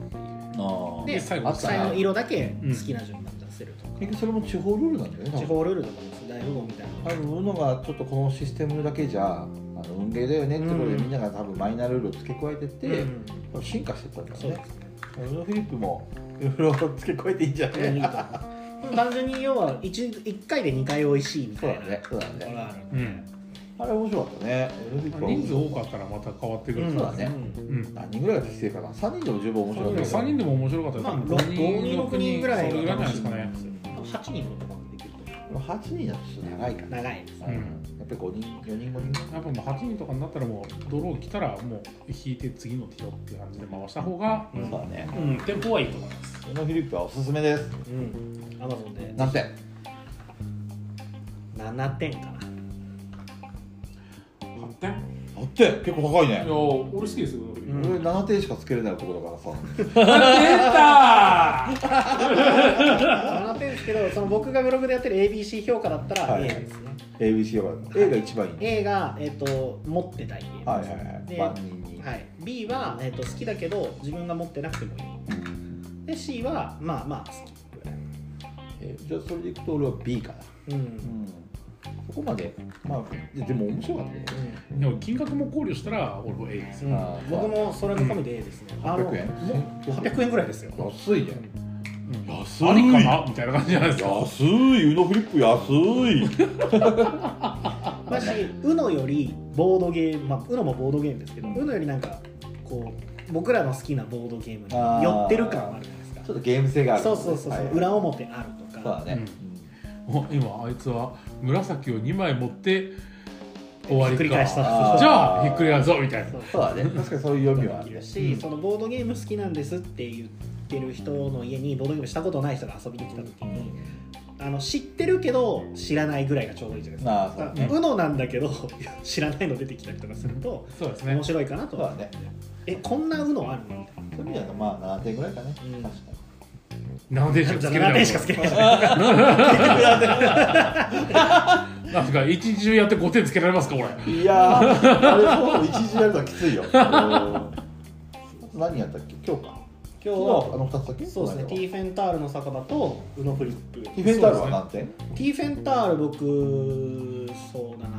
Speaker 2: あ
Speaker 1: で
Speaker 3: 最後
Speaker 2: あった
Speaker 1: 最
Speaker 2: な
Speaker 1: 後の色だけ好きな順番に出せると
Speaker 2: 結局それも地方ルールなんだよね多
Speaker 1: 地
Speaker 2: 分
Speaker 1: 方ルールとかもです大富豪みたいな
Speaker 2: 多分 UNO がちょっとこのシステムだけじゃあの運ゲーだよねってことで、
Speaker 1: うん
Speaker 2: みんなが多分マイナルールを付け加えてって、
Speaker 1: うん
Speaker 2: 多分進化してったんだ
Speaker 1: そ
Speaker 2: よ
Speaker 1: うで
Speaker 2: ね
Speaker 1: すね
Speaker 2: 宇野フィリップもいろいろ付け加えていいんじゃない、
Speaker 1: いいと思う単純に要は 1, 回で2回美味しいみ
Speaker 2: そ
Speaker 1: た
Speaker 2: う
Speaker 1: い
Speaker 2: だ
Speaker 1: な
Speaker 2: ねそうだ
Speaker 1: ところ
Speaker 2: ね
Speaker 1: がある
Speaker 3: うん
Speaker 2: あれ面白かったね宇野フィリップは
Speaker 3: 人数多かったらまた変わってくる
Speaker 2: そうだね
Speaker 1: ん
Speaker 3: うん
Speaker 2: 何人ぐらいが適正かな3人でも十分面白かったけど
Speaker 3: 3人でも面白かったで
Speaker 1: ま
Speaker 3: す
Speaker 1: あ、
Speaker 3: 多分
Speaker 1: 5人、6人ぐらい
Speaker 3: それぐらいじゃ
Speaker 1: 楽
Speaker 3: ないで
Speaker 1: し
Speaker 3: す
Speaker 1: い
Speaker 3: か
Speaker 1: と
Speaker 3: ね
Speaker 1: 思うんですよ8人のとこもできると思
Speaker 2: でも8人だとちょっと長いか
Speaker 1: う
Speaker 2: な、
Speaker 1: 長いです
Speaker 2: う
Speaker 1: ね
Speaker 2: んやっぱり5人4人5人
Speaker 3: やっぱもう8人とかになったらもうドロー来たらもう引いて次の手をっていう感じで回した方が、
Speaker 1: うん
Speaker 2: そうだね
Speaker 3: うん、テンポはいいと思います
Speaker 2: 宇野フィリップはおすすめです
Speaker 1: うんアマゾンで
Speaker 2: 何点
Speaker 1: 7点かな
Speaker 3: 8点い
Speaker 2: あって結構高いね
Speaker 3: や俺好きですよ、
Speaker 1: ん
Speaker 2: 俺7点しかつけれない男だからさ
Speaker 3: 出た
Speaker 1: 7点ですけどその僕がブログでやってる ABC 評価だったら
Speaker 2: はい
Speaker 1: A ですね、
Speaker 2: ABC は A が一番いいね
Speaker 1: A が、えっと持ってたい A
Speaker 2: はいはいはい
Speaker 1: で
Speaker 2: 万人に、
Speaker 1: はい B は、えっと好きだけど自分が持ってなくてもいいで C はまあまあ好きぐらい
Speaker 2: えーじゃあそれでいくと俺は B かな、
Speaker 1: うん、
Speaker 2: そこまでまあででも面白かったね、
Speaker 3: でも金額も考慮したら俺も A です
Speaker 1: う
Speaker 3: よ、
Speaker 1: ん
Speaker 2: あー
Speaker 1: 僕もそれも込みで A ですね、あの
Speaker 2: 800円
Speaker 1: もう800円ぐらいですよ
Speaker 2: 安いね
Speaker 3: うん
Speaker 2: 安
Speaker 3: ありかなみたいな感じじゃないですか
Speaker 2: 安いウノフリップ安い
Speaker 1: だし UNO よりボードゲーム、まあ、UNO もボードゲームですけど、
Speaker 2: うん
Speaker 1: UNO よりなんかこう僕らの好きなボードゲームに
Speaker 2: あー
Speaker 1: 寄ってる感はあるじゃないですか
Speaker 2: ちょっとゲーム性がある
Speaker 1: そうそうそうそう、
Speaker 2: はい
Speaker 1: 裏表あると
Speaker 2: そう
Speaker 1: か
Speaker 2: だね、
Speaker 3: お今あいつは紫を2枚持って終わり
Speaker 1: ひっく
Speaker 3: か
Speaker 1: り返した
Speaker 3: じ
Speaker 2: あー
Speaker 3: ゃあひっくり返そうみたいな
Speaker 1: そう
Speaker 2: そうだね確かにそういう読みはあ
Speaker 1: でき
Speaker 2: る
Speaker 1: る
Speaker 2: ね
Speaker 1: し、
Speaker 3: うん
Speaker 1: そのボードゲーム好きなんですって言ってる人の家にボードゲームしたことない人が遊びに来た時に、あの知ってるけど知らないぐらいがちょうどいいじゃないです
Speaker 2: あ
Speaker 1: か
Speaker 2: あそう
Speaker 1: だ
Speaker 2: だ
Speaker 1: から
Speaker 2: ね
Speaker 1: UNO なんだけど 知らないの出てきたりとかすると
Speaker 3: そうですね
Speaker 1: 面白いかなと
Speaker 2: そう
Speaker 1: は
Speaker 2: だね
Speaker 1: えこんな UNO あるのみたいな
Speaker 2: そういう意味ではまあ7点ぐらいかね、
Speaker 1: うん
Speaker 2: 確かに
Speaker 3: 何点しかつけれない
Speaker 1: 7点しかつけない
Speaker 3: なんか一日中やって5点つけられますかこれ
Speaker 2: いやー、あれそう一時やるのはきついよ。あと何やったっけ、今日か。
Speaker 1: 今日
Speaker 2: 昨日
Speaker 1: は
Speaker 2: あの二つだけ。
Speaker 1: そうですね、ティーフェンタールの酒場とウノフリップ。
Speaker 2: ディフェンダールは何点？
Speaker 1: ティーフェンタール、僕、そうだな、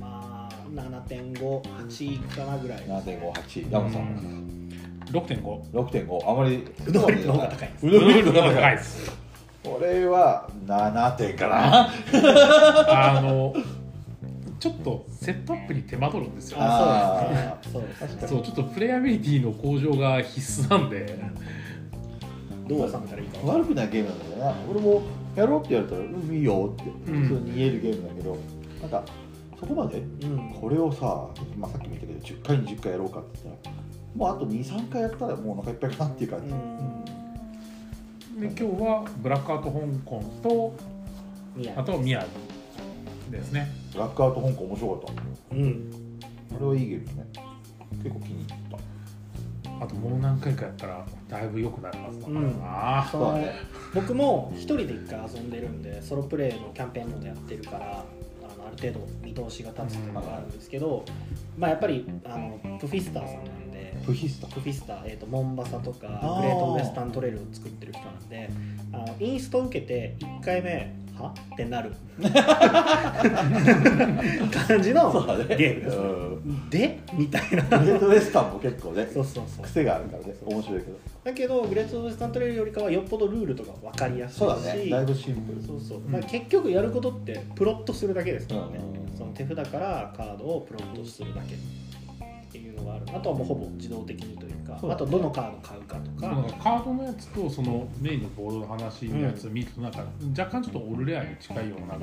Speaker 1: まあ、7.5、8かなぐらい。
Speaker 2: 七点五八。ラムさ。
Speaker 3: うんん6.5
Speaker 2: 六点五。あまり。
Speaker 1: ウノフリップの方が高いです。
Speaker 2: ウノフリップの方が高
Speaker 3: 高
Speaker 2: い。
Speaker 3: いです
Speaker 2: これは七点かな。
Speaker 3: あのちょっとセットアップに手間取るんですよ
Speaker 1: あ、そうですね。そうです。
Speaker 2: 確かに。
Speaker 3: そうちょっとプレイアビリティの向上が必須なんで
Speaker 1: どう収めたらいいか分かんない
Speaker 2: 悪くないゲームなんだよな俺もやろうって言われたらうんいいよって
Speaker 3: うん
Speaker 2: 普通に言えるゲームだけど、なんかそこまで
Speaker 1: うん
Speaker 2: これをさ、まあ、さっきも言ったけど10回20回やろうかって言ったらもうあと23回やったらもうお腹いっぱいかなっていう感じ、
Speaker 3: で今日はブラックアウト香港と
Speaker 1: うんいや
Speaker 3: あと宮城ですね
Speaker 2: ブラックアウト香港面白かっ
Speaker 1: うん
Speaker 2: たあれはいいゲームだね結構気に入った
Speaker 3: あともう何回かやったらだいぶ良くなるはずだからな、
Speaker 1: うんその
Speaker 2: そうだね
Speaker 1: 僕も一人で一回遊んでるんでソロプレイのキャンペーンモードやってるからあのある程度見通しが立つっていうのがあるんですけど、まあやっぱりあのプフィスターさんなんで
Speaker 2: プヒスタ
Speaker 1: プフィスタ、えー、とモンバサとかグ
Speaker 2: あー
Speaker 1: レートウエスタントレールを作ってる人なんであのインスト受けて1回目はってなる感じの
Speaker 2: そうだ
Speaker 1: ゲ
Speaker 2: ね
Speaker 1: ームです、
Speaker 2: うん
Speaker 1: でみたいな
Speaker 2: グレートウエスタンも結構ね
Speaker 1: そうそうそう
Speaker 2: 癖があるからね面白いけど
Speaker 1: だけどグレートウエスタントレールよりかはよっぽどルールとか分かりやすいし
Speaker 2: そうだねだいぶシンプル
Speaker 1: そうそう、
Speaker 3: ん
Speaker 1: まあ結局やることってプロットするだけですからね、
Speaker 2: うん
Speaker 1: その手札からカードをプロットするだけっていうのがあるあとはもうほぼ自動的にというか
Speaker 2: そうだね
Speaker 1: あとどのカード買うかと
Speaker 3: なん
Speaker 1: か
Speaker 3: かカードのやつとそのメインのボードの話のやつ見るとなんか若干ちょっとオルレアに近いような、
Speaker 2: んあ
Speaker 1: う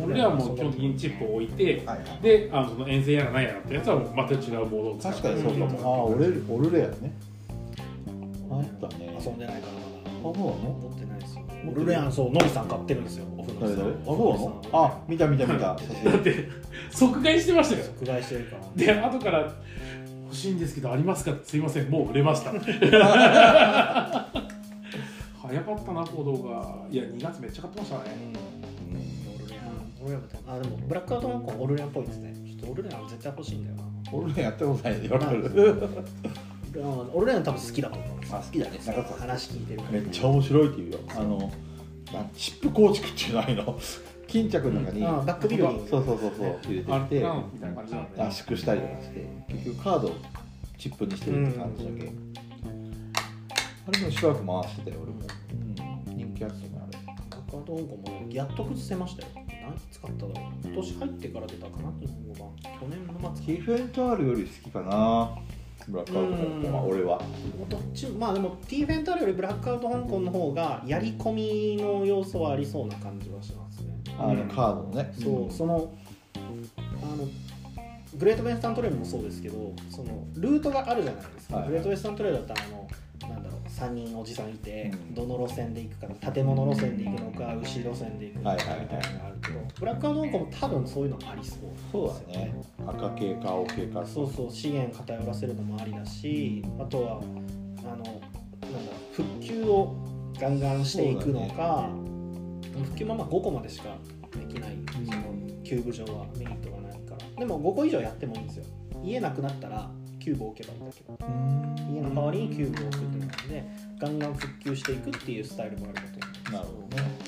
Speaker 1: ん
Speaker 3: オルレアも基本的にチップを置いて
Speaker 2: はいはい
Speaker 3: であのその遠征やらないやらってやつはまた違うボードを使う
Speaker 2: 確かにそうか
Speaker 1: う
Speaker 2: も
Speaker 1: ん
Speaker 2: ああオレオルレアねあったね
Speaker 1: 遊んでないから
Speaker 2: あ
Speaker 1: ま
Speaker 2: そ
Speaker 1: だ
Speaker 2: うなの
Speaker 1: 持ってないですよルレアンそうノリさん買ってるんですよオフの
Speaker 2: 誰
Speaker 1: 日さ
Speaker 2: 誰
Speaker 1: ん
Speaker 2: あそうなのあ見た見た見た写
Speaker 3: だっ
Speaker 2: 真
Speaker 3: て即買いしてましたよ
Speaker 1: 即買いしてるから
Speaker 3: で後から「欲しいんですけどありますか?」すいませんもう売れました 早かったな行動がいや2月めっちゃ買ってました
Speaker 1: う
Speaker 3: ね
Speaker 1: んオルレアンオルレアンも多分あでもブラックアウトマンコンオルレアンっぽいですねちょっとオルレアン絶対欲しいんだよな
Speaker 2: オルレアやったことないでわかる
Speaker 1: うん俺らの多分好きだと思うんです
Speaker 2: あ好きだね中田さん
Speaker 1: 話聞いてる
Speaker 2: めっちゃ面白いって言うよあのあチップ構築っていうのないの 巾着の中に
Speaker 1: あバックビルディング
Speaker 2: そうそうそうそう入れて
Speaker 3: あ
Speaker 2: って
Speaker 3: ランみたいな感じなんで
Speaker 2: 圧縮したりとかして結局カードをチップにしてるって感じだけ、あれもしばらく回してたよ俺も、人気あったねあ
Speaker 1: バックアウト香港もやっと崩せましたよ何使っただろう今年入ってから出たかな日本語版去年の
Speaker 2: れ
Speaker 1: 末
Speaker 2: キーフェンタールより好きかなブラックアウト香港は
Speaker 1: うん
Speaker 2: 俺は
Speaker 1: もうどっちもまあでも T フェンタールよりブラックアウト香港の方がやり込みの要素はありそうな感じはしますね
Speaker 2: あ
Speaker 3: う
Speaker 2: の
Speaker 3: ん
Speaker 2: カードのね、
Speaker 1: そう、そのあのグレートウェスタントレールもそうですけどそのルートがあるじゃないですか、
Speaker 2: はいはい
Speaker 1: グレートウェスタントレールだったらあのなんだろう3人おじさんいて、
Speaker 2: うん
Speaker 1: どの路線で行くか建物路線で行くのか牛路線で行くのか
Speaker 2: はい
Speaker 1: み
Speaker 2: はいはい
Speaker 1: たいなのがあるけど、ブラックアウト香港も多分そういうのもありそう
Speaker 2: そう
Speaker 1: ですよ
Speaker 2: だね赤系か青系か
Speaker 1: そうそう資源偏らせるのもありだしあとはあのなんだろう復旧をガンガンしていくのか、復旧もまあ5個までしかできないそのキューブ上はメリットがないからでも5個以上やってもいいんですよ家なくなったらキューブを置けばいいんだけど家の代わりにキューブを置くっていうのなのでガンガン復旧していくっていうスタイルもあること
Speaker 2: なるほどね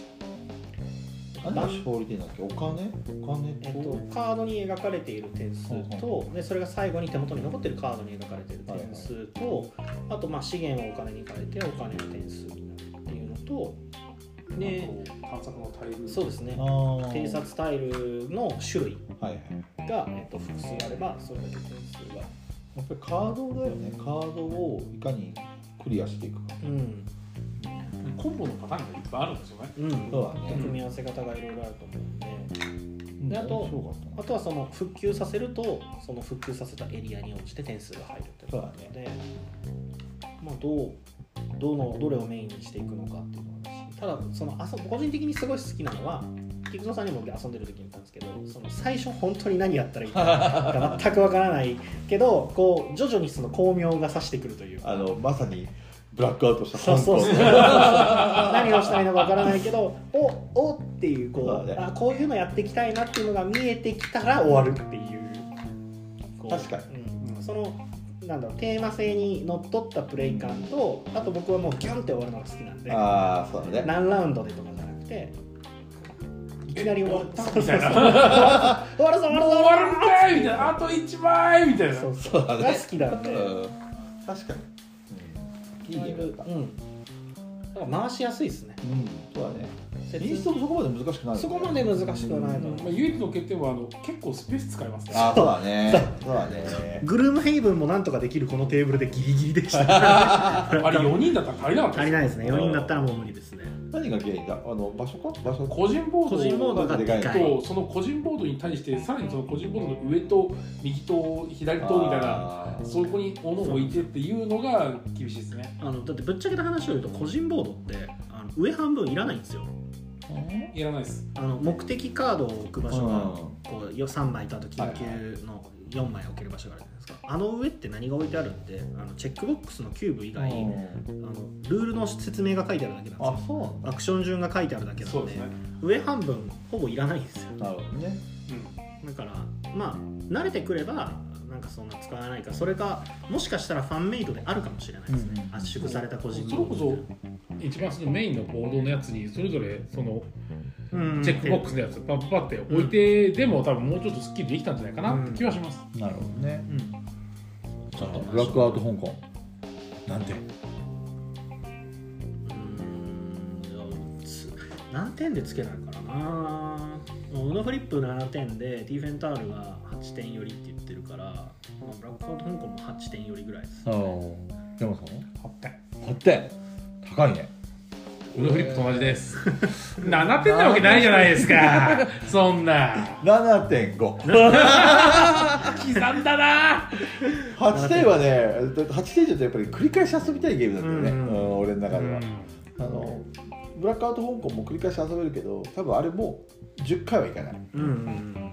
Speaker 2: 何が勝利点だっけお金お金と、
Speaker 1: えっと、カードに描かれている点数
Speaker 2: は
Speaker 1: とでそれが最後に手元に残っているカードに描かれている点数とあとまあ資源をお金に変えてお金の点数になるっていうのとで
Speaker 3: 探索のタイル
Speaker 1: そうですね
Speaker 2: あー
Speaker 1: 偵察タイルの種類
Speaker 2: はいはい
Speaker 1: が、えっと、複数あればそれだけ点数が、
Speaker 2: やっぱりカードだよねカードをいかにクリアしていくか
Speaker 1: うん
Speaker 3: コンボのパターンがいっぱいあるんですよ ね
Speaker 1: うん
Speaker 2: そうだね
Speaker 1: 組み合わせ方がいろいろあると思うんで
Speaker 2: うん
Speaker 1: であと
Speaker 2: 面白かったな
Speaker 1: あとはその復旧させるとその復旧させたエリアに応じて点数が入るということなので、まあ、どうどのどれをメインにしていくのかっていうのもあるしただその遊個人的にすごい好きなのは菊蔵さんにも遊んでる時に言ったんですけどその最初本当に何やったらいいかが全くわからないけどこう徐々にその巧妙が指してくるというか
Speaker 2: あのまさにブラックアウトした
Speaker 1: そうそうそう何をしたらいいのかわからないけどおおっていうこ
Speaker 2: そう
Speaker 1: う
Speaker 2: だね
Speaker 1: あこういうのやっていきたいなっていうのが見えてきたら終わるっていうこう
Speaker 2: 確か
Speaker 1: うんそのなんだろうテーマ性にのっとったプレイ感とあと僕はもうギュンって終わるのが好きなんで
Speaker 2: ああそうだね
Speaker 1: 何ラウンドでとかじゃなくていきなり終わる
Speaker 3: え終わった
Speaker 1: そうそうそう
Speaker 3: みたいな
Speaker 1: 終わるぞ終
Speaker 3: もう
Speaker 1: わるぞ
Speaker 3: 終わるんかいみたいなあと1枚みたいな
Speaker 1: そう
Speaker 2: そうだ
Speaker 1: が
Speaker 2: ね
Speaker 1: 好きなん
Speaker 2: う
Speaker 1: で
Speaker 2: ん確かに、うん、いいゲームだった
Speaker 1: うんだから回しやすいですね
Speaker 2: そうだねインストもそこまで難しくない、
Speaker 1: そこまで難しくはないと
Speaker 3: ま
Speaker 1: 思
Speaker 3: あ、
Speaker 1: う
Speaker 3: 唯一の欠点はあの結構スペース使いますね
Speaker 2: あそうだねそうだね
Speaker 1: グルームヘイブンもなんとかできるこのテーブルでギリギリでした
Speaker 3: あれ4人だったら足りなかった
Speaker 1: 足りないですね4人だったらもう無理ですね
Speaker 2: 何が原因だあの場所か場所
Speaker 3: 個人ボード
Speaker 1: 個人モードがでかい
Speaker 2: でかい
Speaker 3: とその個人ボードに対してさらにその個人ボードの上と右と左とみたいな
Speaker 2: あー
Speaker 3: そこに物を置いてっていうのが厳しいですね
Speaker 1: あのだってぶっちゃけた話を言うと個人ボードってあの上半分いらないんですよ
Speaker 3: いらないです
Speaker 1: あの目的カードを置く場所が
Speaker 2: うん
Speaker 1: こうよ3枚とあと緊急の4枚置ける場所があるじゃないですかあの上って何が置いてあるってあのチェックボックスのキューブ以外あのルールの説明が書いてあるだけなんです
Speaker 2: あ
Speaker 1: よ
Speaker 2: そうなんだ
Speaker 1: アクション順が書いてあるだけな
Speaker 3: そ
Speaker 1: ん
Speaker 3: う
Speaker 1: で
Speaker 3: ですね、
Speaker 1: 上半分ほぼいらないんですよ
Speaker 2: なるほどね
Speaker 1: だからまあ慣れてくればなんかそんな使わないかそれかもしかしたらファンメイドであるかもしれないですね、
Speaker 2: うん
Speaker 1: 圧縮された個人
Speaker 3: それこそ一番そのメインのボードのやつにそれぞれその
Speaker 1: うん
Speaker 3: チェックボックスのやつパッパって置いてでも多分もうちょっとスッキリできたんじゃないかなって気はします、
Speaker 2: なるほどね
Speaker 1: ちょっと
Speaker 4: ブラックアウト香港なんで
Speaker 1: うんいやつ何点でつけないからなオノフリップ7点でティーフェンタールが8点寄りって言ってるから、まあ、ブラックアウト香港も8点寄りぐらい です
Speaker 4: ああ山さん
Speaker 3: 8点
Speaker 4: 8点高いね
Speaker 3: ウルフリップと同じです 7点なわけないじゃないですかそんな
Speaker 2: 7.58
Speaker 3: 刻んだな
Speaker 2: 点はね8点以上ってやっぱり繰り返し遊びたいゲームなんだよね、
Speaker 1: うん
Speaker 2: うん俺の中では、
Speaker 3: う
Speaker 2: あのブラックアウト香港も繰り返し遊べるけど多分あれもう10回はいかない
Speaker 1: うんうんうん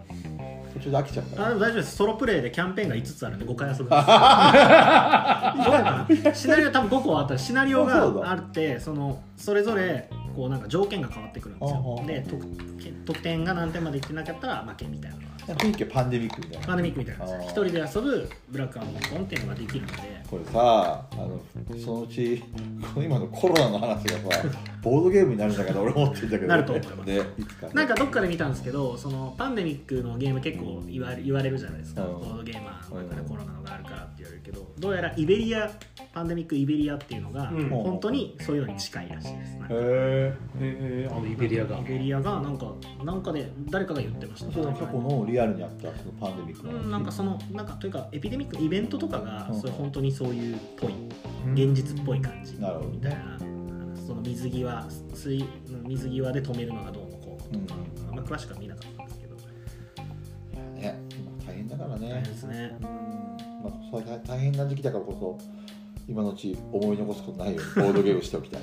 Speaker 2: 途中で飽きちゃうか
Speaker 1: あ
Speaker 2: ら
Speaker 1: でも大丈夫ですソロプレイでキャンペーンが5つあるんで5回遊ぶ んですシナリオ多分5個あったらシナリオ
Speaker 2: あそう
Speaker 1: が
Speaker 2: だ
Speaker 1: あってそのそれぞれこうなんか条件が変わってくるんです
Speaker 2: あは
Speaker 1: よ
Speaker 2: は
Speaker 1: で得得点が何点までいってなかったら負けみたいなのが
Speaker 2: 雰囲気はパンデミックみたいな
Speaker 1: パンデミックみたいなやつ
Speaker 2: あー
Speaker 1: 一人で遊ぶブラックアンドコンっていうのができるので
Speaker 2: これさあのそのうち この今のコロナの話がさボードゲームになるんだから俺思ってんだけど、
Speaker 1: なると思います
Speaker 2: ねいつかね
Speaker 1: なんかどっかで見たんですけどそのパンデミックのゲーム結構言われ言われるじゃないですか
Speaker 2: うん
Speaker 1: ボードゲーマーだからコロナのがあるからって言われるけどどうやらイベリアパンデミックイベリアっていうのが
Speaker 3: うん
Speaker 1: 本当にそういうのに近いらしいですなんか
Speaker 2: へ
Speaker 3: んえーあのイベリアが
Speaker 1: イベリアがなんかなんかで誰かが言ってまし
Speaker 2: え
Speaker 1: た
Speaker 2: それは過去のリアルにあったそのパンデミック
Speaker 1: う
Speaker 2: の話
Speaker 1: ん、なんかそのなんかというかエピデミックイベントとかが、
Speaker 2: うん
Speaker 1: それ本当にそういうっぽい
Speaker 3: うん
Speaker 1: 現実っぽい感じみ
Speaker 2: なるほどね
Speaker 1: たいな、その水際水水際で止めるのがどうのこうのとか、
Speaker 2: う
Speaker 1: まあ、詳しくは見なかったんですけど
Speaker 2: ね今大変だから
Speaker 1: 大変
Speaker 2: ね
Speaker 1: ですね
Speaker 2: うんまあそう大大変な時期だからこそ今のうち思い残すことないようにボードゲームしておきたい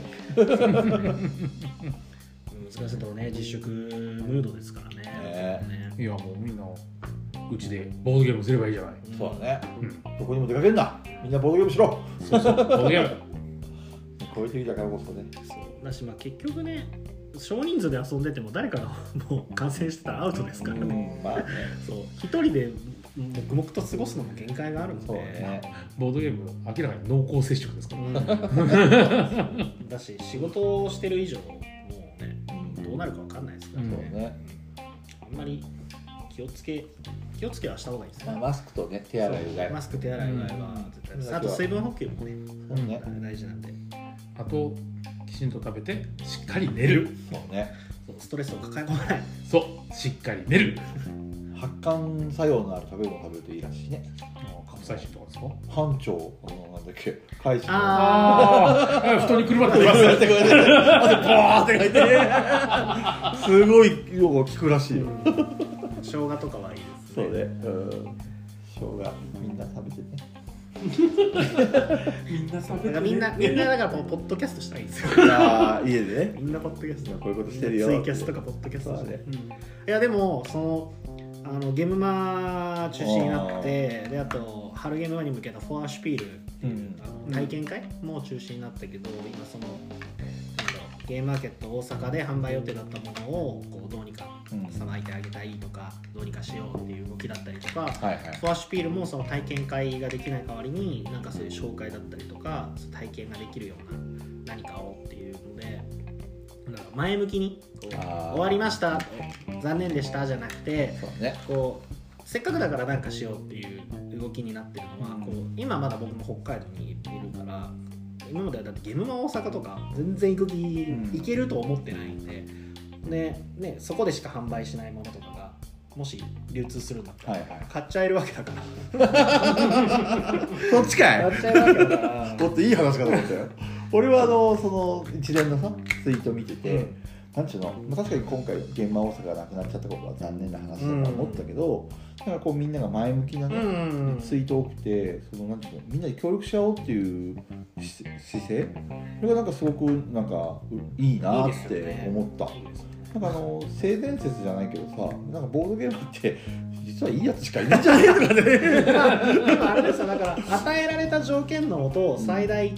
Speaker 1: 難しいとこね実食ムードですからね
Speaker 2: ね
Speaker 1: ね
Speaker 3: いやもうみんなうちでボードゲームすればいいじゃない、
Speaker 2: そうだね
Speaker 3: うん、
Speaker 2: どこにも出かけんなみんなボードゲームしろ
Speaker 3: そうそうボー ドゲーム
Speaker 2: こういう時だからこそね
Speaker 1: そうだしまあ結局ね少人数で遊んでても誰かが もう感染してたらアウトですからね、
Speaker 2: うんまあね
Speaker 1: そう一人で黙々と過ごすのも限界があるので
Speaker 2: そうね
Speaker 3: ボードゲーム明らかに濃厚接触ですから、
Speaker 1: だし仕事をしてる以上もうね
Speaker 2: うん
Speaker 1: どうなるかわかんないですから
Speaker 2: そう
Speaker 1: ね、
Speaker 2: ね
Speaker 1: あんまり気をつけ気をつけはした方がいいです
Speaker 2: まあ
Speaker 1: ね、
Speaker 2: マスクとね手洗いうがい
Speaker 1: マスク手洗いうがいは絶対です、
Speaker 2: うん
Speaker 1: あと水分補給もね
Speaker 2: そうね
Speaker 1: 大事なんで
Speaker 3: あときちんと食べてしっかり寝る
Speaker 2: そうね
Speaker 1: そうストレスを抱え込まない
Speaker 3: そうしっかり寝る
Speaker 2: 発汗作用のある食べ物を食べるといいらしいね
Speaker 3: カプサイシンとかですか
Speaker 2: 班長あのなんだっけ会社
Speaker 1: あ
Speaker 3: ああ布団にくるまって
Speaker 2: ご
Speaker 3: ま
Speaker 2: めんな
Speaker 3: す
Speaker 2: さいごめんなさいあとボーって書いてすごい量が効くらしいよ
Speaker 1: 生姜とかはいいです
Speaker 2: そう
Speaker 1: ね
Speaker 2: ねうん生姜みんな食べてね
Speaker 3: みんな食
Speaker 1: だからみんなみんなだからこうポッドキャストしたらいいですよ
Speaker 2: ああ家でね
Speaker 1: みんなポッドキャスト
Speaker 2: こういうことしてるよ
Speaker 1: ツイキャスとかポッドキャストし
Speaker 2: そう
Speaker 1: て、
Speaker 2: だね
Speaker 1: うんいやでもそのあのゲームマ中心になってであと春ゲームマに向けたフォアシュピールっていう、
Speaker 2: うん
Speaker 1: あの体験会も中心になったけど今そのなんだろうゲームマーケット大阪で販売予定だったものをこうどうにか
Speaker 2: うん
Speaker 1: さばいてあげたいとかどうにかしようっていう動きだったりとか、
Speaker 2: はいはい
Speaker 1: フォアシュピールもその体験会ができない代わりになんかそういう紹介だったりとかそう体験ができるような何かをっていうのでなんか前向きにこう
Speaker 2: あー
Speaker 1: 終わりました残念でしたじゃなくて
Speaker 2: そうね
Speaker 1: こうせっかくだから何かしようっていう動きになってるのは、
Speaker 2: うん
Speaker 1: こう今まだ僕も北海道にいるから今まではだってゲームマ大阪とか全然行く気、
Speaker 4: ん
Speaker 1: 行けると思ってないんでで、ね、そこでしか販売しないものとかがもし流通するんだったら、
Speaker 2: はいはい
Speaker 1: 買っちゃえるわけだから
Speaker 4: そっちかい
Speaker 1: 買っちゃえるわけだから
Speaker 4: もっといい話かと思ったよ
Speaker 2: 俺はあのその一連のさツイート見てて、
Speaker 1: うん
Speaker 2: なんちゅうの、まあ、確かに今回現場大阪がなくなっちゃったことは残念な話だとは思ったけど、なんかこうみんなが前向きなね、
Speaker 1: うん
Speaker 2: ツイート多くてそのなんていうのみんなで協力し合おうっていうし姿勢それがなんかすごくなんかういいなっ
Speaker 1: いいですよ
Speaker 2: て
Speaker 1: ね
Speaker 2: 思った
Speaker 1: いいですよね
Speaker 2: なんかあの性善説じゃないけどさなんかボードゲームって実はいいやつしかいないんじゃねえのかね
Speaker 1: でもあれですよだから与えられた条件のもと最大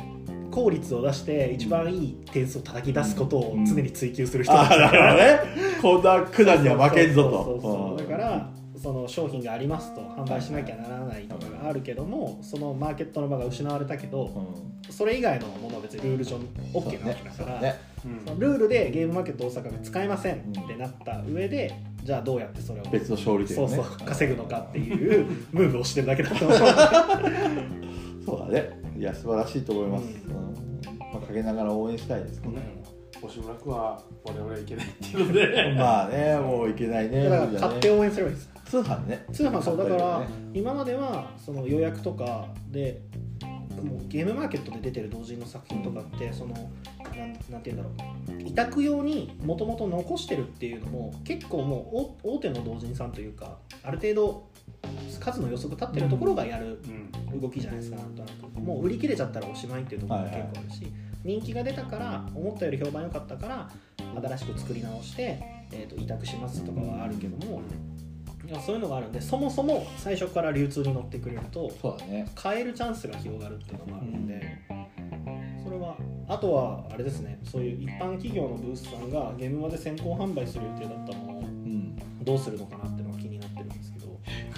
Speaker 1: 効率を出して一番いい点数を叩き出すことを常に追求する 人
Speaker 2: あ
Speaker 1: た
Speaker 2: あ
Speaker 1: ち
Speaker 2: だからねこんな苦難には負けんぞ
Speaker 1: そうそうそう
Speaker 2: と
Speaker 1: そうだからその商品がありますと販売しなきゃならないとかがあるけどもそのマーケットの場が失われたけ
Speaker 2: う
Speaker 1: ど
Speaker 2: ん
Speaker 1: それ以外のものは別にルール上 OK なわけだか
Speaker 2: そう
Speaker 1: ら、
Speaker 2: ね
Speaker 3: うん
Speaker 1: そのルールでゲームマーケット大阪が使えませんってなった上でじゃあどうやってそれを
Speaker 2: 別の勝利点
Speaker 1: そ
Speaker 2: を
Speaker 1: う
Speaker 2: ね
Speaker 1: そう稼ぐのかっていうムーブをしてるだけだと思う
Speaker 2: そうだねいや素晴らしいと思います、う
Speaker 1: うん
Speaker 2: まあ、陰ながら応援したいですけどね、
Speaker 3: おしむらくは我々はいけないっていうので
Speaker 2: まあねもういけないね
Speaker 1: だから買って
Speaker 2: ね
Speaker 1: 応援すればいいです
Speaker 2: 通販ね
Speaker 1: 通販そうだ
Speaker 2: 買
Speaker 1: か
Speaker 2: ったりと
Speaker 1: ら
Speaker 2: ね
Speaker 1: 今まではその予約とかでもうゲームマーケットで出てる同人の作品とかってそのなんなんて言うんだろう委託用にもともと残してるっていうのも結構もう大大手の同人さんというかある程度数の予測立ってるところがやる
Speaker 3: うん
Speaker 1: 動きじゃないですかなんとなくもう売り切れちゃったらおしまいっていうところが結構あるし、人気が出たから思ったより評判良かったから新しく作り直して、えー、と委託しますとかはあるけども、いやそういうのがあるんでそもそも最初から流通に乗ってくれると
Speaker 2: そうだね
Speaker 1: 買えるチャンスが広がるっていうのもあるんで、それはあとはあれですねそういう一般企業のブースさんがゲームまで先行販売する予定だったものを
Speaker 2: うん
Speaker 1: どうするのかなっていうのが気になってるんですけど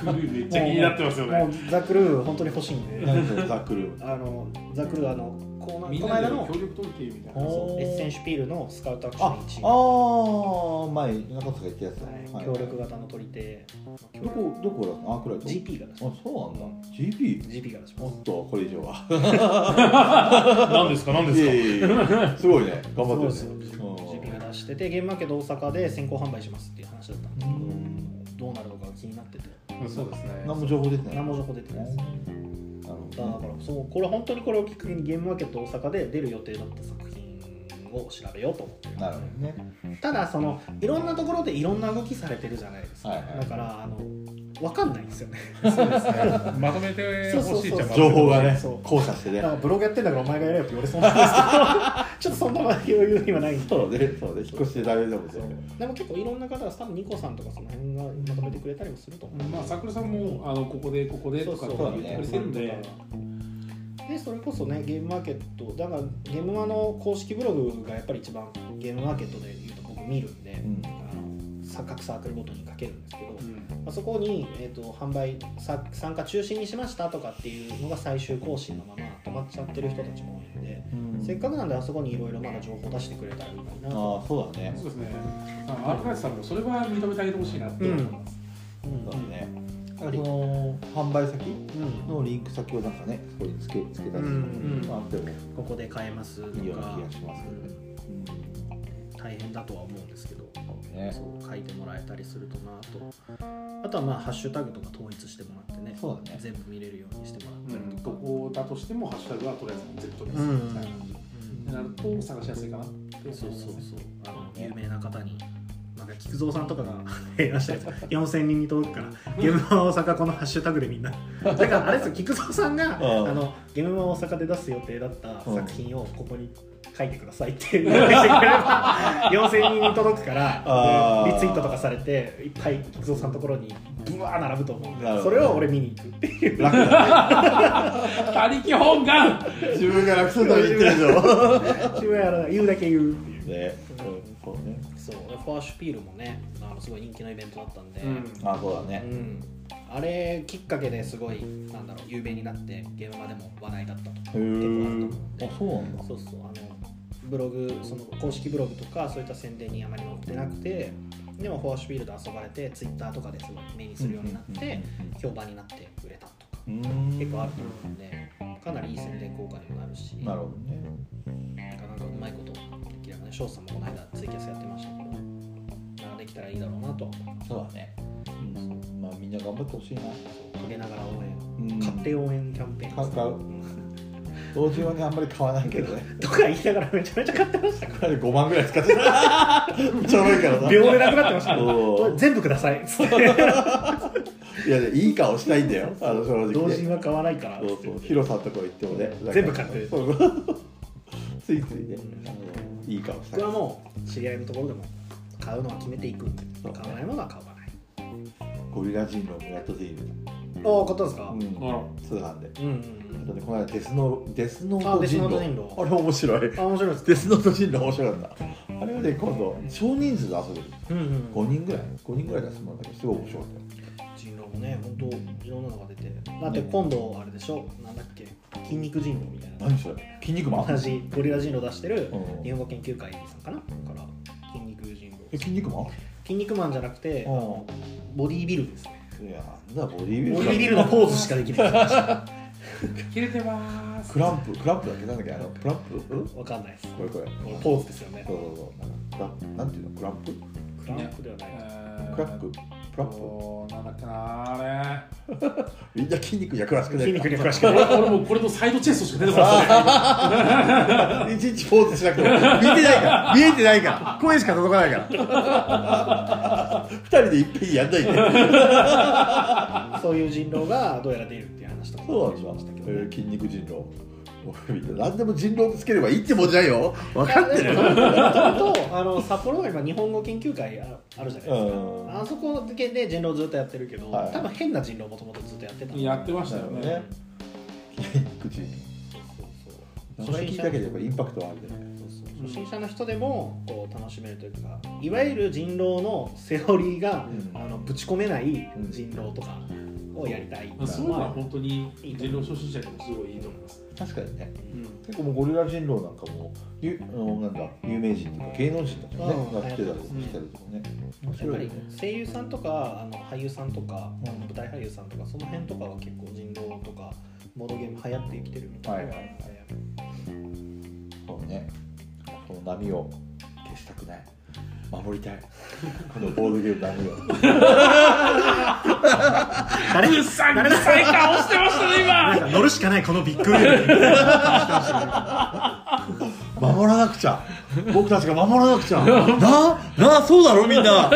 Speaker 3: めっちゃ気になってますよ
Speaker 1: も
Speaker 3: ね
Speaker 1: うザ・クルー本当に欲しいんで。
Speaker 2: 何そのザックル
Speaker 1: あのザクルーあのこの
Speaker 3: みん
Speaker 1: この
Speaker 3: なで
Speaker 1: 間の
Speaker 3: 協力取ってみたいな
Speaker 2: お
Speaker 1: そうエッセンシュピールのスカウトアクショ
Speaker 2: あ
Speaker 1: ン1位
Speaker 2: ああ前中田が言ったやつだね
Speaker 1: はい、協力型の取り手
Speaker 2: どこどこだったのアークライト
Speaker 1: GP が出しま
Speaker 2: あそうなんだ GP
Speaker 1: す GP が出しま
Speaker 2: お
Speaker 1: す
Speaker 2: っとこれ以上は
Speaker 3: 何ですか何
Speaker 2: い
Speaker 3: です
Speaker 2: や
Speaker 3: か
Speaker 2: いやいやすごいね頑張
Speaker 1: そう
Speaker 2: っ
Speaker 1: で
Speaker 2: て
Speaker 1: すよ
Speaker 2: るね
Speaker 1: GP が出しててゲームマーケット大阪で先行販売しますっていう話だったんですけど、どうなるのかが気になってて
Speaker 3: そうですね
Speaker 2: 何も情報出てない
Speaker 1: 何も情報出てないですだか
Speaker 2: なるほ
Speaker 1: ら
Speaker 2: どね
Speaker 1: そうこれ本当にこれをきっかけにゲームマーケット大阪で出る予定だった作品を調べようと思って
Speaker 2: なるほどね
Speaker 1: ただそのいろんなところでいろんな動きされてるじゃないですか、
Speaker 2: はいはい
Speaker 1: だからあの分かんないんですよね
Speaker 3: まとめてほしいっちゃまとめてほしい
Speaker 2: 情報がね
Speaker 1: そう
Speaker 2: 交差してね
Speaker 1: なんかブログやってんだからお前がやれよって言われそうなんですけどちょっとそんな余裕にはないんで
Speaker 2: そうねそうね引っ越して大丈夫ですよ
Speaker 1: でも結構いろんな方が多分ニコさんとかその辺がまとめてくれたりもすると思う
Speaker 3: まあ桜さんもあのここでここでとかって言ってくれてるんで
Speaker 1: でそれこそねゲームマーケットだからゲームマの公式ブログがやっぱり一番ゲームマーケットで言うと僕見るんで、
Speaker 2: うん
Speaker 1: あのさ各サークルごとに書けるんですけど、
Speaker 3: うん
Speaker 1: まあ、そこに、えー、と販売さ参加中止にしましたとかっていうのが最終更新のまま止まっちゃってる人たちも多いんで、せっかくなんであそこにいろいろまだ情報出してくれたらいいなと
Speaker 2: ああそうだね
Speaker 3: そうですねあアルカイスさんもそれは認めてあげてほしいなって思います
Speaker 1: うん
Speaker 2: そうだね
Speaker 1: う
Speaker 2: そ
Speaker 1: ん
Speaker 2: の販売先
Speaker 1: うん
Speaker 2: のリンク先をなんかねそこにつけつけたりする
Speaker 1: うん
Speaker 2: のもあっても
Speaker 1: ここで買えますとか
Speaker 2: いいような気がしますけどね
Speaker 1: 大変だとは思うんですけど
Speaker 2: そうね
Speaker 1: そう書いてもらえたりするとなとあとはまあハッシュタグとか統一してもらってね
Speaker 2: そうだね
Speaker 1: 全部見れるようにしても
Speaker 3: う
Speaker 1: らったり
Speaker 3: ん
Speaker 1: と
Speaker 3: ど
Speaker 1: か、
Speaker 3: こだとしてもハッシュタグはとりあえず全部取り
Speaker 1: うん
Speaker 3: ます
Speaker 1: う
Speaker 3: はい
Speaker 1: ん
Speaker 3: ってなると探しやすいかなって
Speaker 1: そうそうそううあの有名な方になんか菊蔵さんとかが提案した やつ4000人に届くから「ゲームマ大阪このハッシュタグでみん な」だからあれですよ菊蔵さんが
Speaker 2: うん
Speaker 1: あのゲームマ大阪で出す予定だった
Speaker 2: うん
Speaker 1: 作品をここに書いてくださいって 言ってくれれば4000人に届くから
Speaker 2: あー
Speaker 1: でリツイートとかされていっぱい菊蔵さんのところにブワー並ぶと思うんで
Speaker 2: なるほ
Speaker 1: そ
Speaker 2: ど
Speaker 1: れを俺見に行くっていう
Speaker 2: 楽だね
Speaker 3: 他力本願
Speaker 2: 自分が楽するために言ってるでしょ
Speaker 1: 自分はやらない言うだけ言うっていう
Speaker 2: ねうんそうね
Speaker 1: そうでファーシュピールもねあのすごい人気のイベントだったんで、
Speaker 2: あそうだね
Speaker 1: うん、あれきっかけですごいなんだろう有名になって現場でも話題だったと
Speaker 2: へーあそうなんだ
Speaker 1: そうそうあのブログその公式ブログとかそういった宣伝にあまり載ってなくてでもフォアシュフィールド遊ばれてツイッターとかですごい目にするようになって評判になって売れたとか
Speaker 2: うん
Speaker 1: 結構あると思うんでかなりいい宣伝効果にもなるし
Speaker 2: なるほどね
Speaker 1: なんかなんかうまいことできればね翔さんもこの間ツイキャスやってましたけどなんかできたらいいだろうなとは思います
Speaker 2: そうだね、うん、まあみんな頑張ってほしいな、
Speaker 1: 陰ながら応援
Speaker 2: うん、
Speaker 1: 勝手応援キャンペーン
Speaker 2: 買う同時はねあんまり買わないけどね
Speaker 1: とか言いながらめちゃめちゃ買ってました
Speaker 2: あれ5万ぐらい使ってためっちゃ悪いからな
Speaker 1: 秒でなくなってました
Speaker 2: お
Speaker 1: ね
Speaker 2: ー
Speaker 1: 全部くださいつって
Speaker 2: いやいい顔したいんだよあの正直ね
Speaker 1: 同人は買わないから
Speaker 2: そうそう広さんとこ行ってもね
Speaker 1: 全部買ってる
Speaker 2: そう そうついついねあのいい顔した
Speaker 1: 僕はもう知り合いのところでも買うのは決めていくんで
Speaker 2: そう
Speaker 1: 買わないものは買わない
Speaker 2: ゴリラ人狼もやっとでいる
Speaker 1: ああ買ったんですか
Speaker 2: うん通販で
Speaker 1: うんうん
Speaker 2: あとねこの間デスノデスノー
Speaker 1: あ
Speaker 2: ト
Speaker 1: デス
Speaker 2: 人
Speaker 1: ノート
Speaker 2: 狼
Speaker 1: 人狼
Speaker 2: あれ面白い
Speaker 1: あ面白いです
Speaker 2: デスノート人狼面白かったあれはね今度少人数で遊べる
Speaker 1: うんうん
Speaker 2: 5人ぐらい5人ぐらいで遊ぶんだけどすごい面白かっ
Speaker 1: 人狼もね本当いろんなのが出てだって今度あれでしょなんだっけ筋肉人狼みたい
Speaker 2: た
Speaker 1: な
Speaker 2: 何それ筋肉マン
Speaker 1: 同じゴリラ人狼出してる
Speaker 2: うん
Speaker 1: 日本語研究会さんかなから筋肉人狼
Speaker 2: え筋肉マン
Speaker 1: 筋肉マンじゃなくて
Speaker 2: う
Speaker 1: ボディービルですね
Speaker 2: んいやなんだボディービル
Speaker 1: ボ
Speaker 2: ダー
Speaker 1: ディービルのポーズしかできない
Speaker 3: 切れてまーす
Speaker 2: クランプクランプだっけなんだっけあのクランプうん
Speaker 1: わかんないです
Speaker 2: これこれ
Speaker 1: これポーズですよね
Speaker 2: そうそうそうなんかクランなんていうのクランプ
Speaker 1: クランプではない
Speaker 3: えー
Speaker 2: クラッククラップ
Speaker 3: おーなんだっけなーあ
Speaker 2: みんな筋肉には詳しくない
Speaker 1: 筋肉に詳しく
Speaker 3: れ
Speaker 1: ない
Speaker 3: 俺俺もうこれとサイドチェストしか出てこない
Speaker 2: 一日ポーズしなくても見てないから見えてないから声しか届かないから二人でいっぺんにやんないで
Speaker 1: そういう人狼がどうやら出るっていう話とか
Speaker 2: そうなん
Speaker 1: し
Speaker 2: だ
Speaker 1: ましたけど
Speaker 2: え
Speaker 1: ね
Speaker 2: ー筋肉人狼みんな何でも人狼つければいいってもんじゃないよ分かってる
Speaker 1: いやでもそれとあの札幌が今日本語研究会ああるじゃないですか、
Speaker 2: うん
Speaker 1: あそこだけで人狼ずっとやってるけど、
Speaker 2: はい
Speaker 1: 多分変な人狼もともとずっとやって たんで
Speaker 3: やってましたよね
Speaker 2: なる筋肉人
Speaker 1: そうそう
Speaker 2: 狼
Speaker 1: そう
Speaker 2: それ
Speaker 1: 初
Speaker 2: 聞い
Speaker 1: 心者
Speaker 2: ただけでやっぱインパクトはあるね
Speaker 1: そうそう初心者の人でもこう楽しめるというかいわゆる人狼のセオリーが、
Speaker 2: うん
Speaker 1: あのぶち込めない人狼とかをやりたい、
Speaker 3: なそういうのは本当に人狼初心者でもすごいいいと思います、
Speaker 2: 確かにね
Speaker 3: うん
Speaker 2: 結構もうゴリラ人狼なんかもゆあのなんだ有名人とか芸能人たちも
Speaker 1: うん
Speaker 2: ねが来てたりとかしたりとかね面
Speaker 1: やっ
Speaker 2: 白
Speaker 1: ぱ
Speaker 2: い
Speaker 1: り
Speaker 2: ね
Speaker 1: 声優さんとかあの俳優さんとか、
Speaker 2: うん
Speaker 1: 舞台俳優さんとかその辺とかは結構人狼とかボードゲーム流行ってきてるみたいなのがあるので、
Speaker 2: そうねこの波を消したくない守りたい このボードゲーム波を
Speaker 1: 誰
Speaker 3: うっさんくさい顔してましたね今
Speaker 1: なんか乗るしかないこのビッグウェーブに
Speaker 2: 守らなくちゃ僕たちが守らなくちゃ ななそうだろみんな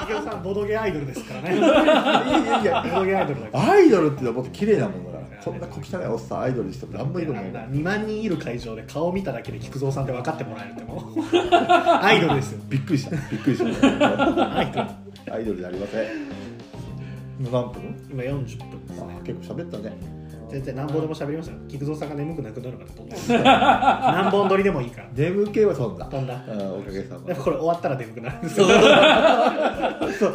Speaker 1: 竹雄さんボドゲアイドルですからねいやいやいやボドゲアイドルだか
Speaker 2: アイドルってのはもっと綺麗なものだからそんな小汚いおっさんアイドルにしても何もいいの
Speaker 1: ら
Speaker 2: な
Speaker 1: あ
Speaker 2: い
Speaker 1: ん
Speaker 2: か
Speaker 1: な
Speaker 2: ら
Speaker 1: 2万人いる会場で顔見ただけで菊蔵さんって分かってもらえるっても うアイドルですよ
Speaker 2: びっくりしたびっくりしたアイドルじゃありません何分
Speaker 1: 今40分ですね
Speaker 2: あ結構喋ったね
Speaker 1: 全然何本でも喋りましたよ菊蔵さんが眠くなくなるまで飛 んで何本撮りでもいいから
Speaker 2: 眠気はそんだ
Speaker 1: 飛んだ
Speaker 2: うんおかげさま
Speaker 1: で
Speaker 2: で
Speaker 1: もこれ終わったら眠くなるんですよ